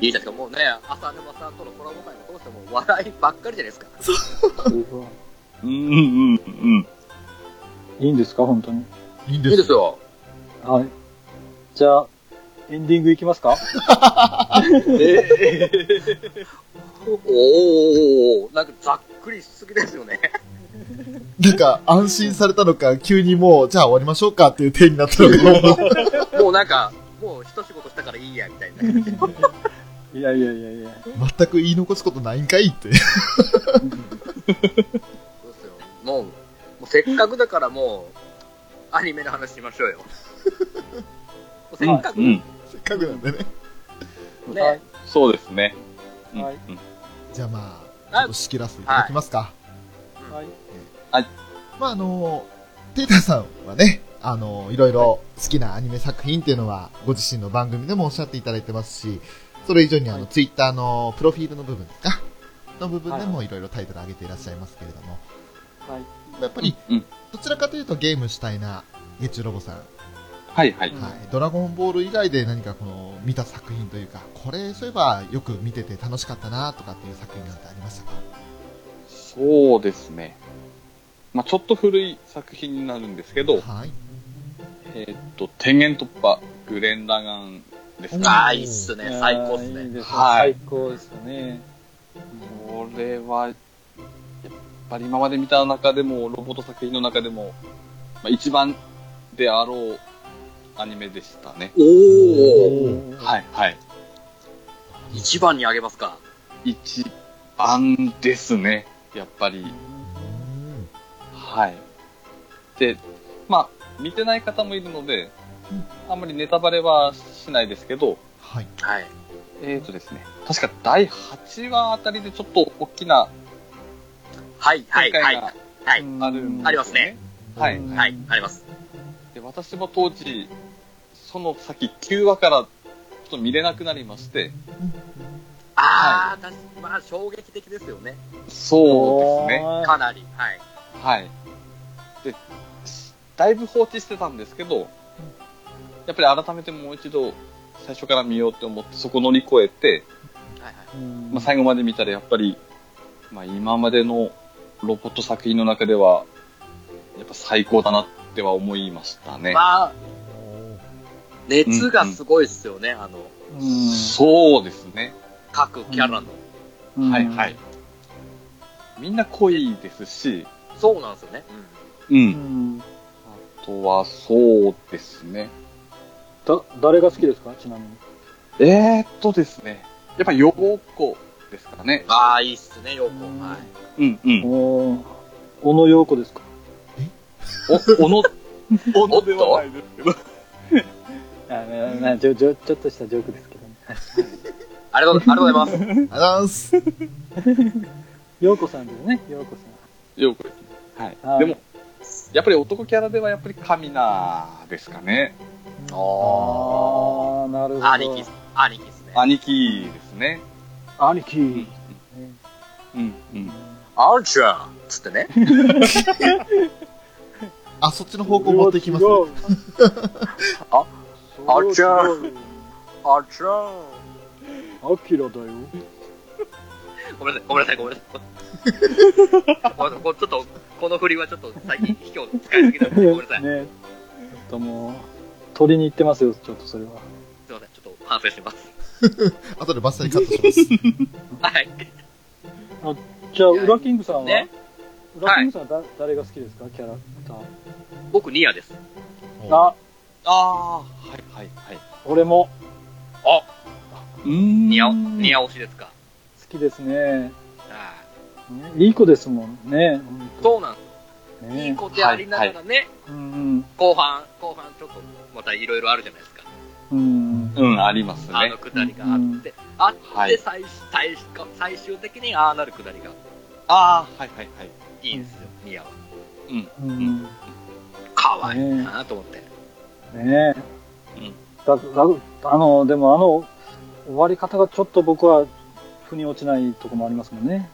Speaker 4: いいですか、もうね、浅沼さんとのコラボ会も通しても笑いばっかりじゃないですか。
Speaker 3: それは
Speaker 2: うんうんうん
Speaker 3: いいんですか本当に。
Speaker 5: いいん
Speaker 4: い
Speaker 5: です
Speaker 4: い ですよ。
Speaker 3: はい。じゃあ、エンディングいきます
Speaker 2: うん。
Speaker 3: か
Speaker 2: え
Speaker 4: おーおーおーなんかざっくりしすぎですよね。
Speaker 5: なんか安心されたのか、急にもう、じゃあ終わりましょうかっていう手になったの が、
Speaker 4: もうなんか、もう一仕事したからいいや、みたいな。
Speaker 3: いやいやいやいや。
Speaker 5: 全く言い残すことないんかいって。
Speaker 4: そうですよ。もう、もうせっかくだからもう、アニメの話しましょ うよ。もうせっかく、
Speaker 2: う
Speaker 4: ね
Speaker 2: ん、。
Speaker 5: せっかくなんでね。
Speaker 3: はい。
Speaker 2: そうですね。うん
Speaker 3: はい。
Speaker 2: うん
Speaker 5: じゃあまあ、ちょ
Speaker 4: あ
Speaker 5: っと仕切らせていただきますか。
Speaker 3: はい。
Speaker 5: まああの、テータさんはね、あの、いろいろ好きなアニメ作品っていうのは、ご自身の番組でもおっしゃっていただいてますし、それ以上にあの、
Speaker 3: はい
Speaker 5: ツイッターのプロフィールの部分ですかの部分でもいろいろタイトル上げていらっしゃいますけれども、
Speaker 3: はい。
Speaker 5: やっぱり、
Speaker 2: うん。
Speaker 5: どちらかというとゲーム主体な月中ロボさん、は
Speaker 2: はいはい。
Speaker 3: うん
Speaker 5: い、ドラゴンボール以外で何かこの、見た作品というか、これ、そういえばよく見てて楽しかったなとかっていう作品なんてありましたか
Speaker 2: そうですね。まあちょっと古い作品になるんですけど、
Speaker 5: はい。
Speaker 2: えーっと、天元突破、グレンラガンです
Speaker 5: うん
Speaker 2: か。
Speaker 4: ああ、いいっすね。最高っす
Speaker 3: いやーいいで
Speaker 4: ね。
Speaker 3: すね
Speaker 2: は
Speaker 3: 最
Speaker 2: い
Speaker 3: 高ですね。
Speaker 2: これは、やっぱり今まで見た中でも、ロボット作品の中でも、まあ、一番であろうアニメでしたね。
Speaker 4: おお
Speaker 5: お
Speaker 2: はいはい。
Speaker 4: 一番にあげますか。
Speaker 2: 一番ですね、やっぱり。
Speaker 5: うん
Speaker 2: はい。で、まあ、見てない方もいるので、あんまりネタバレはしないですけど、
Speaker 5: はい。
Speaker 4: はい。
Speaker 2: えーとですね、確か第8話あたりでちょっと大きな
Speaker 4: はい、はい、
Speaker 2: 展
Speaker 4: は
Speaker 2: 開。
Speaker 4: い
Speaker 2: が
Speaker 4: はい。
Speaker 2: あるんですよ、ね
Speaker 4: ありますね。
Speaker 2: はい
Speaker 3: うん
Speaker 4: はい、あります。
Speaker 2: で私も当時、その先9話からちょっと見れなくなりまして、
Speaker 4: ああ、確かに、まあ、衝撃的ですよね。
Speaker 2: そうですね。
Speaker 4: かなり。はい。
Speaker 2: はい。で、しだいぶ放置してたんですけど、やっぱり改めてもう一度最初から見ようって思って、そこ乗り越えて、
Speaker 4: はい、はい。
Speaker 3: うん
Speaker 2: まあ、最後まで見たらやっぱり、まあ、今までのロボット作品の中では、やっぱ最高だなっては思いましたね。
Speaker 4: まあ、
Speaker 5: おー
Speaker 4: 熱がすごいっすよね。あの、
Speaker 3: う
Speaker 2: そうですね。
Speaker 4: 各キャラの。
Speaker 3: ん
Speaker 2: はいはい。。みんな濃いですし、
Speaker 4: そうなんですよね。
Speaker 2: う。
Speaker 3: うんん。
Speaker 2: あとはそうですね。
Speaker 3: だ、誰が好きですかちなみに。
Speaker 2: えー、っとですね。やっぱ予防校ですからね。
Speaker 4: ああ、いいっすね、よく。
Speaker 3: うん
Speaker 4: はい。
Speaker 2: うんうん。
Speaker 3: おー小野洋子ですか
Speaker 2: お、おの、お
Speaker 4: のではない
Speaker 2: ですけど。
Speaker 3: あのまあちょちょちょっとしたジョークですけどね。
Speaker 4: ありがとうありがとうございます。
Speaker 5: ありがとうございます。
Speaker 3: ようこさんですね、ようこ
Speaker 2: よく。はい。
Speaker 3: はい
Speaker 2: でも、やっぱり男キャラではやっぱりカミナですかね。
Speaker 3: さん。あ
Speaker 4: あ
Speaker 3: ー、なるほど。
Speaker 4: あ。兄貴っす、兄貴ですね。
Speaker 2: 兄貴ですね。
Speaker 3: 兄貴。
Speaker 2: うん。うん。
Speaker 4: アンチャーつってね。
Speaker 5: あ、そっちの方向持ってきます、ね。
Speaker 4: あ、
Speaker 3: あ
Speaker 4: あちゃー。アンチャー。
Speaker 3: アキラだよ。
Speaker 4: ごめんなさい、ごめんなさい、ごめんなさい。ごめんなさいこ ちょっと、この振りはちょっと最近、卑怯使いすぎなんで、ごめんなさい。す
Speaker 3: ね。ちょっともう、取りに行ってますよ、ちょっとそれは。
Speaker 4: いません、ちょっと反省します。
Speaker 5: 後でバッサリカットします。
Speaker 4: はい。
Speaker 3: じゃあ、ウラキングさんは、
Speaker 4: ね
Speaker 3: ウラキングさんはだ、誰が好きですか、キャラクター。
Speaker 4: 僕、ニアです。
Speaker 3: あ、
Speaker 2: ああ、はいはいはい。
Speaker 3: 俺も
Speaker 2: うーん
Speaker 4: ニア、ニア推しですか。
Speaker 3: 好きですね。
Speaker 4: あ
Speaker 3: ねいい子ですもんね。本
Speaker 4: ー
Speaker 3: 当
Speaker 4: そうなんです。いい
Speaker 3: ね
Speaker 4: 子でありながらね、
Speaker 3: うん
Speaker 4: 後半、後半ちょっと、またいろいろあるじゃないですか。
Speaker 3: うん。
Speaker 2: うん、あります
Speaker 4: あ
Speaker 2: ね
Speaker 4: の。くだりがあって、あっ
Speaker 2: は
Speaker 4: て
Speaker 2: い
Speaker 4: 最,、最最終的にああなるくだりが
Speaker 2: ああ、はいはいはい。
Speaker 4: いいんですよ、ニアは。
Speaker 3: うん。
Speaker 4: かわいいなと思って。
Speaker 3: ねえ。
Speaker 2: うん
Speaker 3: だだあの、でもあの、終わり方がちょっと僕は、腑に落ちないとこもありますもんね。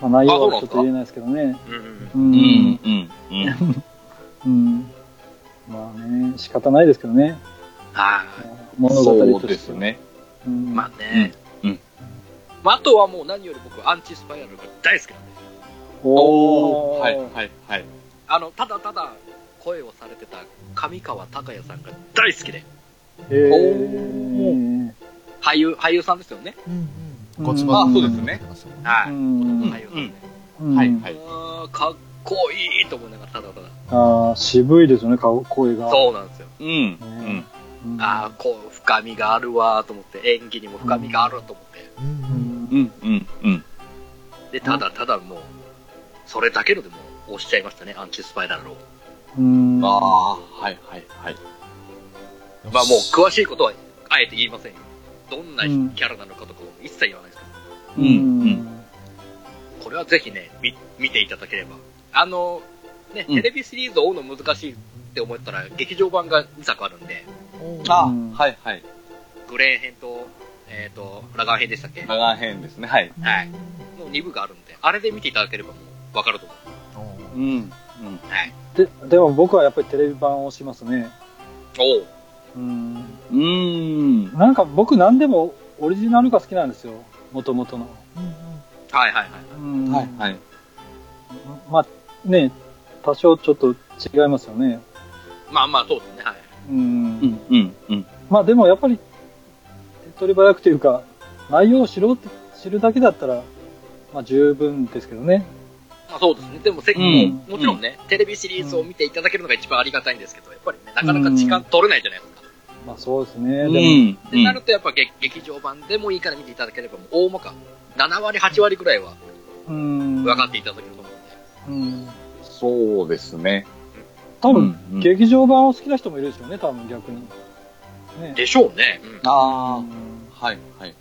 Speaker 3: まあ、内容はちょっと言えないですけどね。
Speaker 4: うんうん。
Speaker 3: う。、
Speaker 2: うんうん、うん。
Speaker 3: うん。まあね、仕方ないですけどね。
Speaker 4: は
Speaker 3: 物語とし
Speaker 2: そ
Speaker 3: ては
Speaker 2: うです。ね。
Speaker 3: うん
Speaker 4: い。まあね。
Speaker 2: うんうん
Speaker 4: まあ、あとはもう何より僕、アンチスパイラルが大好きなんですよ。
Speaker 2: お
Speaker 3: お
Speaker 2: ー
Speaker 3: ー
Speaker 2: はいはいはい。
Speaker 4: あの、ただただ声をされてた上川隆也さんが大好きで、
Speaker 3: へー
Speaker 2: お
Speaker 4: 俳優、俳優さんですよね。
Speaker 5: うん
Speaker 3: う
Speaker 5: うんん。ごちば
Speaker 2: あそうですね。
Speaker 4: は
Speaker 3: う
Speaker 4: い。
Speaker 3: ん
Speaker 2: うん
Speaker 4: 俳優さんね。
Speaker 3: うん
Speaker 2: はいはい
Speaker 4: あーかっこいいと思いながら、ただただ。
Speaker 3: ああ、渋いですよね、顔、声が。
Speaker 4: そうなんですよ。
Speaker 2: うん、うん。
Speaker 3: うん
Speaker 4: ああ、こう、深みがあるわーと思って、演技にも深みがあると思って。
Speaker 5: うんうん
Speaker 3: うん
Speaker 2: うん、うん、うん。
Speaker 4: で、ただただもう、それだけのでもう押しちゃいましたね、アンチスパイラルを。
Speaker 3: うん。
Speaker 2: ああ、はいはいはい。
Speaker 4: まあもう詳しいことはあえて言いませんよ。どんなキャラなのかとかも一切言わないですけど、
Speaker 3: うん。
Speaker 2: うん
Speaker 4: これはぜひね、み見ていただければ。あの、ね、
Speaker 2: うん
Speaker 4: テレビシリーズを追うの難しいって思ったら、劇場版が2作あるんで、
Speaker 2: あ
Speaker 3: うん
Speaker 2: はいはい。
Speaker 4: グレーン編と、えっ、と、ラガン編でしたっけは
Speaker 2: 長編ですね。はい。
Speaker 4: い。の2部があるんで、あれで見ていただければもうわかると思う。
Speaker 2: うん、うん。
Speaker 4: はい。
Speaker 3: で、でも僕はやっぱりテレビ版をしますね。
Speaker 4: おう
Speaker 3: うん。
Speaker 2: うーん。
Speaker 3: なんか僕何でもオリジナルが好きなんですよ。もともとの。
Speaker 4: はいはいはい。
Speaker 3: うん
Speaker 2: はいはい。
Speaker 3: まあね、多少ちょっと違いますよね。
Speaker 4: まあまあ、そうですね。はい。
Speaker 3: うん。
Speaker 2: うん、うん、うん。
Speaker 3: まあでもやっぱり、手っ取り早くというか、内容を知ろうって、知るだけだったら、まあ十分ですけどね。
Speaker 4: まあそうですね。でもせ、
Speaker 2: うん
Speaker 4: もうもちろんね、テレビシリーズを見ていただけるのが一番ありがたいんですけど、やっぱりね、なかなか時間取れないじゃないですか。
Speaker 3: まあそうですね。
Speaker 2: う
Speaker 3: で
Speaker 2: ん、
Speaker 4: ってなるとやっぱ劇劇場版でもいいから見ていただければもう大まか7割8割ぐらいは
Speaker 3: も、うん。
Speaker 4: 分かっていただけると思うん
Speaker 3: う
Speaker 4: で、
Speaker 3: ん。
Speaker 2: そうですね。
Speaker 3: 多分、
Speaker 2: うんうん
Speaker 3: 劇場版を好きな人もいるでしょうね、多分逆に。ね。
Speaker 4: でしょうね、うん
Speaker 3: う
Speaker 2: あ
Speaker 3: ん
Speaker 2: あ、はいはい。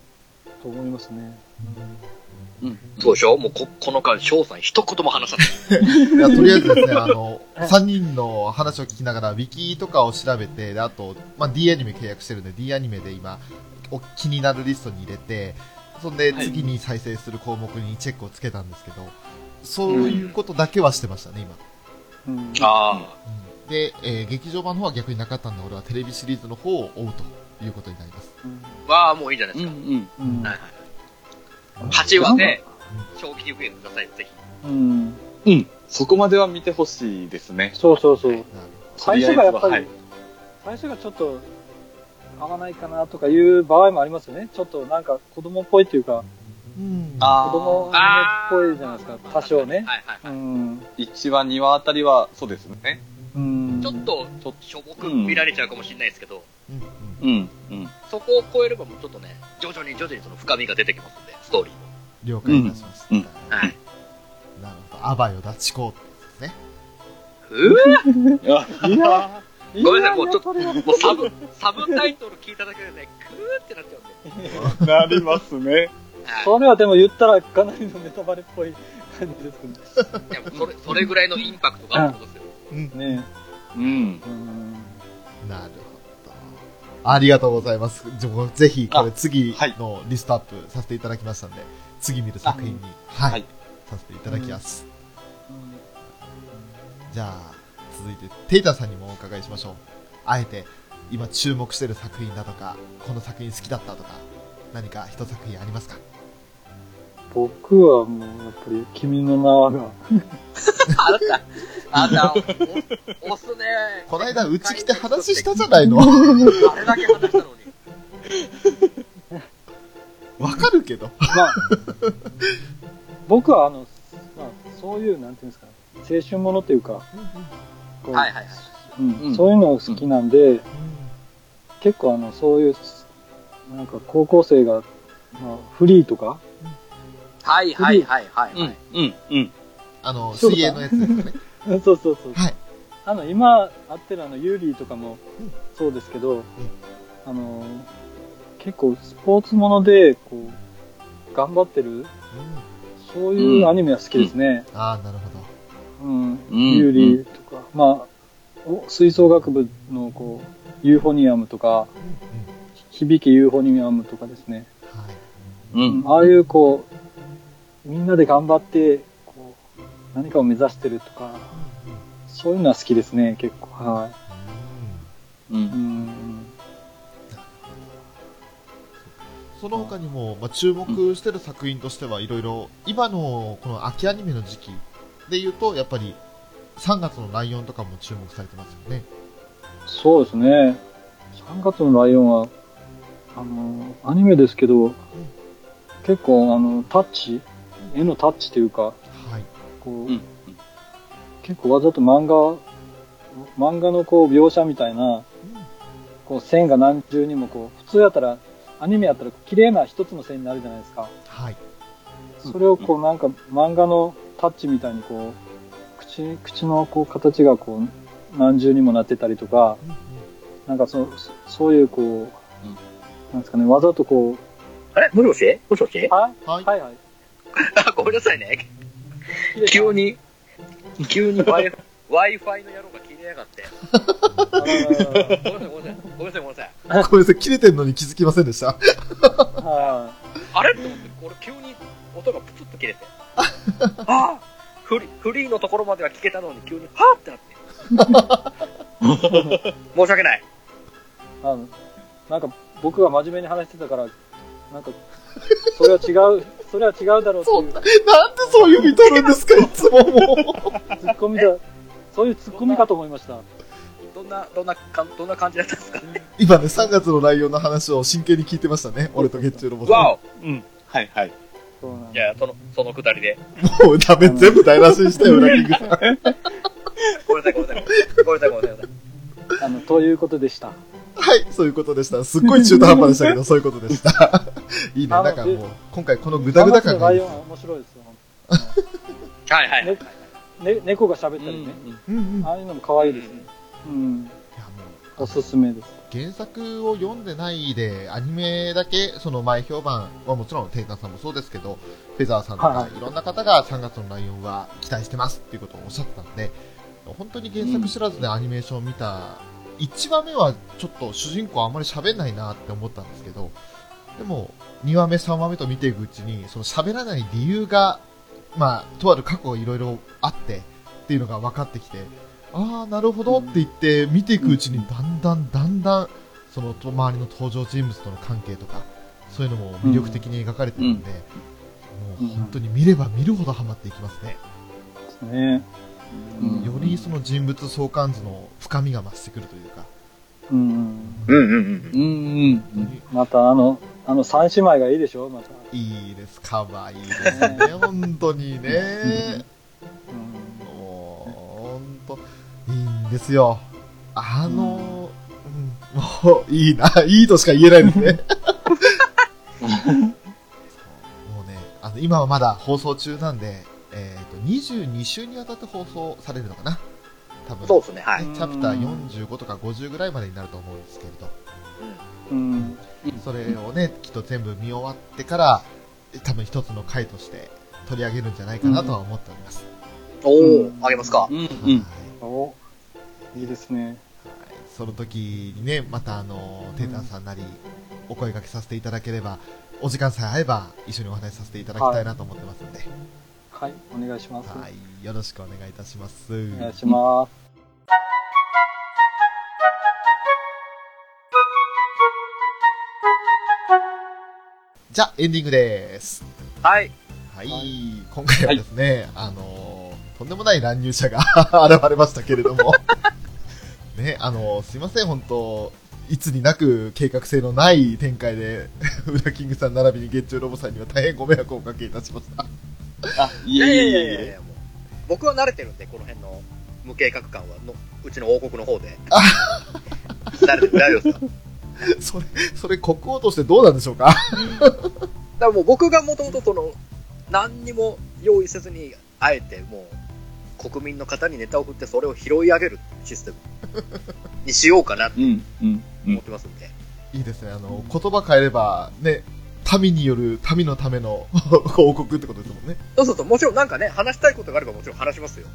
Speaker 3: と思いますね。
Speaker 2: うん。
Speaker 4: そうでしょうもうここの間翔さん一言も話 さない
Speaker 5: いやとりあえずですね、あの、3人の話を聞きながら、ウィキとかを調べて、であと、まあ、D アニメ契約してるんで、D アニメで今、お気になるリストに入れて、そんで
Speaker 2: はい
Speaker 5: 次に再生する項目にチェックをつけたんですけど、そういうことだけはしてましたね、今。
Speaker 3: うん。
Speaker 4: あ
Speaker 5: うんで、えー劇場版の方は逆になかったんで、俺はテレビシリーズの方を追うということになります。
Speaker 4: あわあもういいじゃないうで
Speaker 2: ん、う
Speaker 4: すか、
Speaker 2: ん。
Speaker 3: うん
Speaker 4: はいはい、8話で正気に増えてくださいぜひ
Speaker 3: うん。
Speaker 2: うん。そこまでは見てほしいですね。
Speaker 3: そうそうそう。
Speaker 5: なる
Speaker 3: 最初がやっぱ
Speaker 2: とりあえ
Speaker 3: り、最初がちょっと合わないかなとかいう場合もありますよね。ちょっとなんか子供っぽいというか、
Speaker 5: うん
Speaker 2: あ
Speaker 3: 子
Speaker 2: ー
Speaker 3: 供アニメっぽいじゃないですか
Speaker 4: あ、ー
Speaker 3: 多少ね。
Speaker 4: はいはいは
Speaker 3: う
Speaker 4: い
Speaker 3: ん。
Speaker 2: 1話、2話あたりは、そうですね。
Speaker 3: うん。
Speaker 4: ちょっとちょしょぼく見られちゃうかもしれないですけど、
Speaker 5: うん
Speaker 2: うん、うん。
Speaker 4: そこを超えればもうちょっとね徐々に徐々にその深みが出てきますんでストーリーも
Speaker 5: 了解いたしました。
Speaker 2: うん
Speaker 4: はい
Speaker 5: なるほど。アバイを脱ちこうってやつですね。
Speaker 4: うわ
Speaker 2: あ
Speaker 3: いや、
Speaker 4: ごめんなさいもうちょっ
Speaker 3: と。やそれは
Speaker 4: もうサブ、サブタイトル聞いただけでね、クーってなっちゃう ん
Speaker 2: なりますね。
Speaker 4: で。はい
Speaker 3: それはでも言ったらかなりのネタバレっぽい感じです
Speaker 4: いやそれそれぐらいのインパクトがあるってことですよ。
Speaker 3: ね。ね
Speaker 2: うん。
Speaker 3: え。うん。
Speaker 5: なるほど。ありがとうございます。じゃあぜひ、これ次
Speaker 2: はい
Speaker 5: のリストアップさせていただきましたんで、次見る作品に、はい、
Speaker 2: はい
Speaker 5: させていただきます。じゃあ、続いて、テイタさんにもお伺いしましょう。あえて、今注目してる作品だとか、この作品好きだったとか、何か一作品ありますか
Speaker 3: 僕はもう、やっぱり、君の名はが。
Speaker 4: あなた、あなた、お押すね。
Speaker 5: こないだ、うち来て話したじゃないの
Speaker 4: あれだけ話したのに。
Speaker 5: わかるけど。
Speaker 3: ま あ、僕はあの、まあ、そういう、なんていうんですかね、青春ものっていうか、こう
Speaker 4: はいはいはい。
Speaker 3: うん
Speaker 2: うん
Speaker 3: そういうのを好きなんで、結構あの、そういう、なんか高校生が、まあ、フリーとか、
Speaker 4: はいはいはいはい、はい。
Speaker 2: うん。うん。
Speaker 5: あの、
Speaker 3: そうだ
Speaker 5: 水泳のやつですよね。
Speaker 3: そうそうそう。
Speaker 5: はい
Speaker 3: あの、今会ってるあの、ユーリーとかも
Speaker 5: うん
Speaker 3: そうですけど、あの、結構スポーツもので、こう、頑張ってる、
Speaker 5: うん
Speaker 3: そういうアニメは好きですね。
Speaker 5: ああ、なるほど。
Speaker 3: うん。
Speaker 2: うん
Speaker 3: ユーリーとか、まあ、お吹奏楽部の、こう、ユーフォニアムとか、
Speaker 5: うん
Speaker 3: 響きユーフォニアムとかですね。
Speaker 5: は
Speaker 2: う
Speaker 5: い。
Speaker 3: うん
Speaker 2: ん。
Speaker 3: ああいうこう、みんなで頑張って、こう、何かを目指してるとか、そういうのは好きですね、結構。は
Speaker 5: うん
Speaker 2: う。
Speaker 3: い。うんん。
Speaker 5: その他にも、まあ、注目してる作品としてはいろいろ、今のこの秋アニメの時期で言うと、やっぱり3月のライオンとかも注目されてますよね。
Speaker 3: そうですね。3月のライオンは、あの、アニメですけど、結構、あの、タッチ、絵のタッチというか、
Speaker 5: はい。
Speaker 3: こう、
Speaker 2: うん。
Speaker 3: 結構わざと漫画、漫画のこう描写みたいな、こう線が何重にもこう、普通やったら、アニメやったら綺麗な一つの線になるじゃないですか。
Speaker 5: はい。
Speaker 3: それをこうなんか漫画のタッチみたいにこう、口、口のこう形がこう、何重にもなってたりとか、
Speaker 5: うんうん
Speaker 3: なんかそ、そそういうこう、
Speaker 2: ん
Speaker 3: なんですかね、わざとこ
Speaker 4: あれもしもしもしもし
Speaker 3: う、はい
Speaker 5: はい。
Speaker 3: はいはい。
Speaker 4: あ、 ごめんなさいね。急に、急に Wi- Wi-Fi の野郎が切れやがって。
Speaker 3: あー。
Speaker 4: ごめんなさい、ごめんなさい、ごめんなさい、ごめんなさい。
Speaker 5: ごめんなさい、切れてんのに気づきませんでした。
Speaker 3: は
Speaker 4: あれと思って、俺急に音がプツッと切れ て。ああフリフリーのところまでは聞けたのに急 に、はぁってなって。申し訳ない。
Speaker 3: いあの。なんか僕が真面目に話してたから、なんか、それは違う、 それは違うだろうっていう
Speaker 5: なんでそういう見とるんですか、いつももう。
Speaker 3: ツッコミだ、そういうツッコミかと思いました。
Speaker 4: どんな、どんなかん、どんな感じだったん ですかね。
Speaker 5: 今ね、3月のライオンの話を真剣に聞いてましたね。俺と月中ロボット。
Speaker 4: わ
Speaker 2: うん。はいはい。
Speaker 3: そうなん
Speaker 4: お
Speaker 3: で
Speaker 4: じゃあ、その、そのくだりで。
Speaker 5: もうダメ、全部台無しにしたよ、ラキングさん。
Speaker 4: ごめんなさい、ごめんなさい。ごめんなさい、ごめんなさい。
Speaker 3: すあの、ということでした。
Speaker 5: はい、そういうことでした。すっごい中途半端でしたけど、そういうことでした。いいね、
Speaker 3: あの
Speaker 5: なんかもう、今回このグダグダ感
Speaker 3: のラ
Speaker 5: がいい
Speaker 3: イ
Speaker 5: で
Speaker 3: オン
Speaker 5: す
Speaker 3: は面白いですよ。
Speaker 4: はいはい。
Speaker 3: ねね、猫が
Speaker 2: う
Speaker 3: 喋っ
Speaker 2: ん
Speaker 3: たりね、
Speaker 5: うんうん。いや、も
Speaker 3: ああいうのも可愛いですね。うん、
Speaker 5: う、
Speaker 3: おすすめです。
Speaker 5: 原作を読んでないで、アニメだけ、その前評判はもちろん、テイタンさんもそうですけど、フェザーさんと
Speaker 3: はい
Speaker 5: か
Speaker 3: はい
Speaker 5: ろんな方が3月のライオンは期待してますっていうことをおっしゃってたんで、本当に原作知らずでアニメーションを見た、1話目はちょっと主人公あんまり喋んないなって思ったんですけど、でも、2話目、3話目と見ていくうちに、その喋らない理由が、まあ、とある過去いろいろあってっていうのが分かってきて、ああ、なるほどって言って見ていくうちに、だんだんだんだん、そのと周りの登場人物との関係とか、そういうのも魅力的に描かれてるんで、もう本当に見れば見るほどハマっていきますね。
Speaker 3: ですね。
Speaker 2: うん
Speaker 5: よりその人物相関図の深みが増してくるというか、
Speaker 3: うん、
Speaker 4: うんうんうん。
Speaker 2: うんうん。
Speaker 5: 本
Speaker 3: またあの、あの三姉妹がいいでしょ、また。
Speaker 5: 当にいいです、かわいいですね、本当にね。
Speaker 3: うん
Speaker 5: もう、ほんと、いいんですよ。あの、うん、もう、いいな、 いいとしか言えないですね。そうもうね、あの、今はまだ放送中なんで、えっ、と、22週にわたって放送されるのかな多分。
Speaker 4: そうですね、はい。
Speaker 5: ねチャプター45とか50ぐらいまでになると思うんですけれど、
Speaker 3: うん。
Speaker 5: それをね、きっと全部見終わってから、多分一つの回として取り上げるんじゃないかなとは思っております。
Speaker 4: おお、あげますか。
Speaker 2: うん、
Speaker 5: は
Speaker 2: う
Speaker 5: い
Speaker 2: ん。
Speaker 3: おいいですね。
Speaker 5: その時にね、またあの、テータンさんなり、お声掛けさせていただければ、お時間さえ合えば一緒にお話しさせていただきたいなと思ってますので、
Speaker 3: はい、お願いします。
Speaker 5: はい、よろしくお願いいたします。
Speaker 3: お願いします。
Speaker 5: じゃあ、エンディングです。
Speaker 4: はい。
Speaker 5: はい、
Speaker 3: は
Speaker 5: 今回はですね、あのーとんでもない乱入者が現れましたけれども、 ね、あのーすいません、本当いつになく計画性のない展開で、 ウラキングさん並びに月中ロボさんには大変ご迷惑をおかけいたしました。
Speaker 2: あ、い
Speaker 4: い
Speaker 2: え
Speaker 4: や
Speaker 2: い
Speaker 4: いや
Speaker 2: えい
Speaker 4: いや
Speaker 2: え
Speaker 4: いやいや、もう。僕は慣れてるんで、この辺の無計画感はの、うちの王国の方で。慣れてる、大丈夫ですか。だか
Speaker 5: それ、それ国王としてどうなんでしょうか
Speaker 4: らもう僕がもともとその、何にも用意せずに、あえてもう、国民の方にネタを振って、それを拾い上げるシステムにしようかなって
Speaker 2: いえ。うん、うん、う
Speaker 4: 思
Speaker 2: ん。
Speaker 4: ってます んで。
Speaker 5: いいですね、あの、言葉変えれば、ね、民による民のための 報告ってことですもんね。
Speaker 4: そうそうそう、もちろんなんかね、話したいことがあればもちろん話しますよ。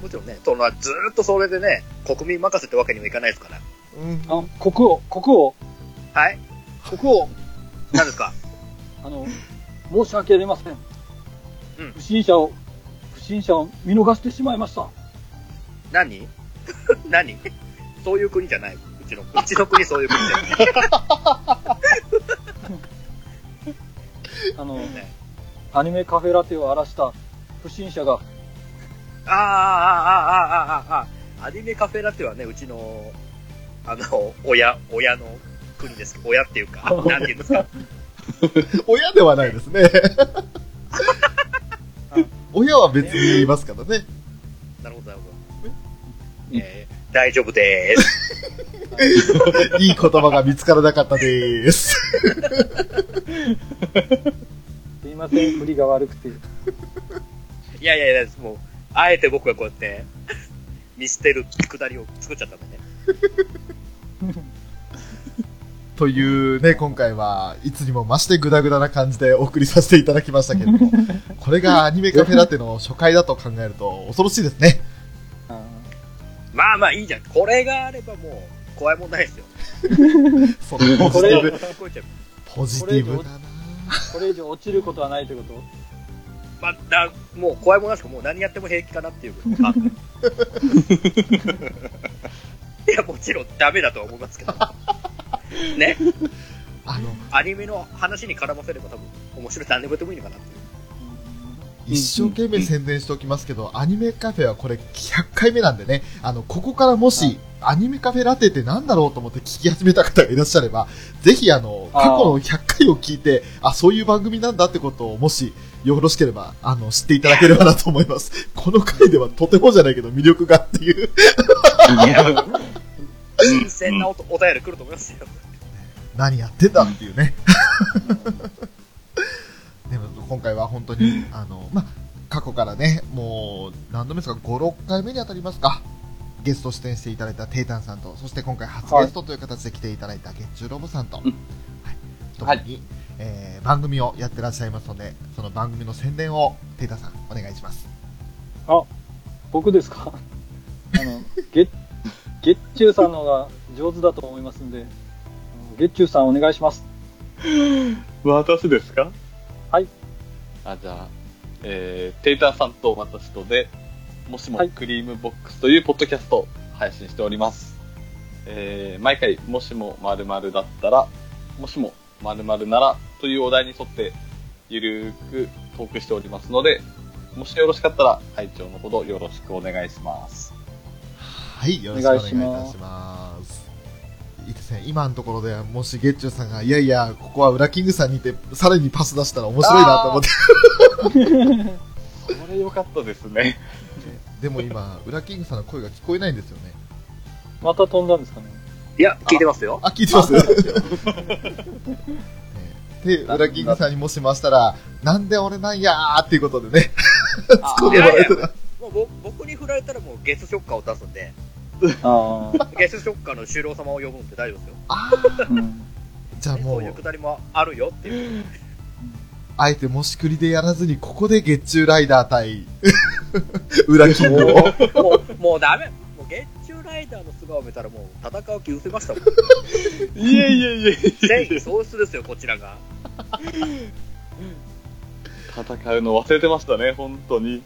Speaker 4: もちろんね、そのずーっとそれでね、国民任せってわけにもいかないですから。
Speaker 5: うん。
Speaker 3: あ、国王、国王、
Speaker 4: はい
Speaker 3: 国王、
Speaker 4: 何ですか
Speaker 3: あの、申し訳ありません。
Speaker 4: うん
Speaker 3: 不審者を、不審者を見逃してしまいました。
Speaker 4: 何 何そういう国じゃない。うちの、うちの国そういう国じゃない。
Speaker 3: あの、
Speaker 4: ね
Speaker 3: アニメカフェラテを荒らした不審者が、
Speaker 4: ああ、ああ、ああ、ああ、ああ。アニメカフェラテはね、うちの、あの、親、親の国ですけど、親っていうか、なんていうんですか。
Speaker 5: 親ではないです ね。親は別にいますからね。
Speaker 4: なるほど、なるほど。えー、大丈夫でーす。
Speaker 5: いい言葉が見つからなかったです。
Speaker 3: すいません、振りが悪くて。
Speaker 4: いやいやいや、もう、あえて僕がこうやって、見捨てるくだりを作っちゃったんだね。
Speaker 5: というね、今回はいつにも増してグダグダな感じでお送りさせていただきましたけれども、これがアニメカフェラテの初回だと考えると恐ろしいですね。
Speaker 3: あ
Speaker 4: まあまあいいじゃん。これがあればもう、怖いもんないですよ。
Speaker 5: その
Speaker 3: こ
Speaker 5: ポジテ
Speaker 3: れ
Speaker 5: ィ
Speaker 4: を
Speaker 5: ブ、
Speaker 4: 超えちゃう。
Speaker 5: ポジティブだな
Speaker 3: ーこれ以上落ちることはないというこ
Speaker 4: まあ、だもう怖いもんなしかもう何やっても平気かな っていうことあいやもちろんダメだとは思います けどね
Speaker 5: あの、
Speaker 4: アニメの話に絡ませれば多分面白い何でもやってもいいのかなっていう
Speaker 3: と。
Speaker 5: 一生懸命宣伝しておきますけど、アニメカフェはこれ100回目なんでね、あの、ここからもし、アニメカフェラテってなんだろうと思って聞き始めた方がいらっしゃれば、ぜひあの、過
Speaker 3: あー
Speaker 5: 去の100回を聞いて、あ、そういう番組なんだってことを、もし、よろしければ、あの、知っていただければなと思います。この回ではとてもじゃないけど魅力がっていう。
Speaker 4: 新鮮なおとお便り来ると思いますよ
Speaker 5: 何やってんだっていうね。 でも今回は本当に、あの、まあ、過去からね、もう何度目ですか、5、6回目に当たりますか。ゲスト出演していただいたテイタンさんと、そして今回初ゲストという形で来ていただいた月中ロボさんと、はい
Speaker 2: ん、
Speaker 5: 特に、えー番組をやってらっしゃいますので、その番組の宣伝をテイタンさん、お願いします。
Speaker 3: 僕ですかあの、月、月中さんの方が上手だと思いますんで、あの月中さんお願いします。
Speaker 2: 私ですか
Speaker 3: はい。
Speaker 2: あ、じゃあ、えー、テイターさんと私とで、もしも
Speaker 3: はい
Speaker 2: クリームボックスというポッドキャストを配信しております。えー、毎回、もしも〇〇だったら、もしも〇〇ならというお題に沿って、ゆるーくトークしておりますので、もしよろしかったら、会長のほどよろしくお願いします。
Speaker 5: はい、よろしくお願いいたします。いいですね、今のところで、もし月中さんが、いやいや、ここは裏キングさんにいて、さらにパス出したら面白いなと思って、
Speaker 2: これ良かったですね。
Speaker 5: でも今、裏キングさんの声が聞こえないんですよ ね。
Speaker 3: また飛んだんですかね
Speaker 4: いや聞いてますよ
Speaker 5: あ、聞いてます、ねで、裏キングさんにもしましたら、なんで俺なんやーっていうことでね、
Speaker 4: い
Speaker 5: 突っ込んでもらえたら
Speaker 4: もうぼ僕にに振られたらもうゲスショッカーを出すん で、
Speaker 3: ああ。
Speaker 4: ゲスショッカーの修郎様を呼ぶんで大丈夫ですよ。
Speaker 5: ああ、
Speaker 3: うん。
Speaker 5: じゃあも
Speaker 4: そういう
Speaker 5: う
Speaker 4: く、だりもあるよっていう。
Speaker 5: あえてもしくりでやらずに、ここで月中ライダー 対、裏金を。
Speaker 4: もう、もうダメ。もう月中ライダーの素顔を見たらもう戦う気失せましたもん。
Speaker 2: いえいえいえいえ
Speaker 4: 戦意喪失ですよ、こちらが。
Speaker 2: 戦うの忘れてましたね、本当に。
Speaker 5: い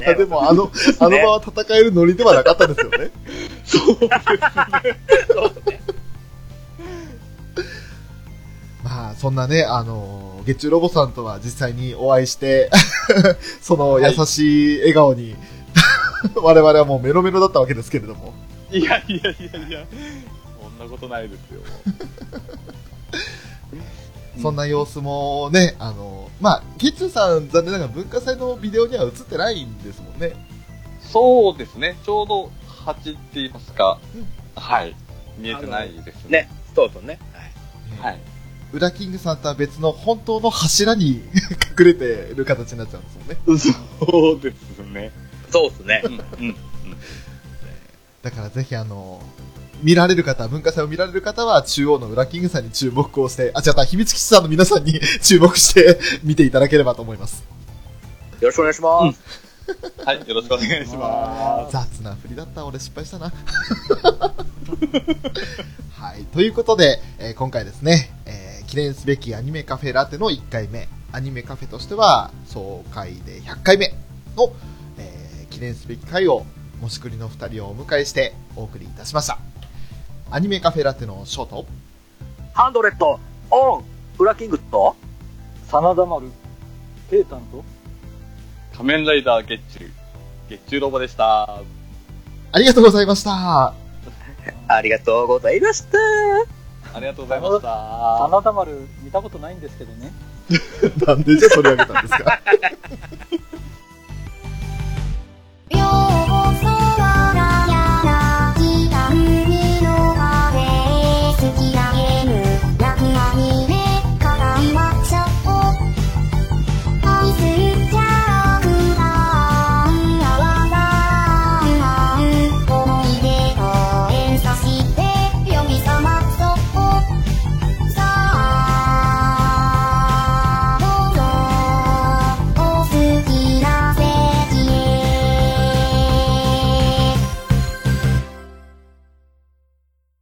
Speaker 5: や
Speaker 4: ね
Speaker 5: でも、あの、あの場は戦えるノリではなかったですよね。
Speaker 2: そう。
Speaker 4: そうですね。
Speaker 5: まあ、そんなね、あのー月中ロボさんとは実際にお会いして、 その優しい笑顔に、 我々はもうメロメロだったわけですけれども。
Speaker 2: いやいやいやいや、そんなことないですよ。
Speaker 5: そんな様子もね、あの、まあ、ケツさん、残念ながら文化祭のビデオには映ってないんですもんね。
Speaker 2: そうですね、ちょうど8って言いますか、はい、見えてないですね。
Speaker 4: ね、そうそうね。はい
Speaker 2: はい。
Speaker 5: ウラキングさんとは別の本当の柱に 隠れてる形になっちゃうんですもんね。
Speaker 2: そうですね。
Speaker 4: そうですね
Speaker 2: う。んうん。
Speaker 5: だからぜひあの、見られる方、文化祭を見られる方は中央のウラキングさんに注目をして、あ、違った、秘密基地さんの皆さんに 注目して見ていただければと思います。
Speaker 4: よろしくお願いします。
Speaker 2: はい、よろしくお願いしま
Speaker 5: 雑な振りだった、俺失敗したな。 はい、ということで、えー今回ですね、えー記念すべきアニメカフェラテの1回目、アニメカフェとしては総会で100回目の、えー記念すべき回を、もしくりの2人をお迎えしてお送りいたしました。アニメカフェラテのショート、
Speaker 4: ハンドレッド、オン、フラキングと、
Speaker 3: 真田丸、ペータンと、
Speaker 2: す。仮面ライダー月中、月中ロボでした。
Speaker 5: ありがとうございました。
Speaker 4: ありがとうございました。
Speaker 2: ありがとうございました。
Speaker 3: 真田丸見たことないんですけどね。
Speaker 5: なんでじゃ取り上げたんですか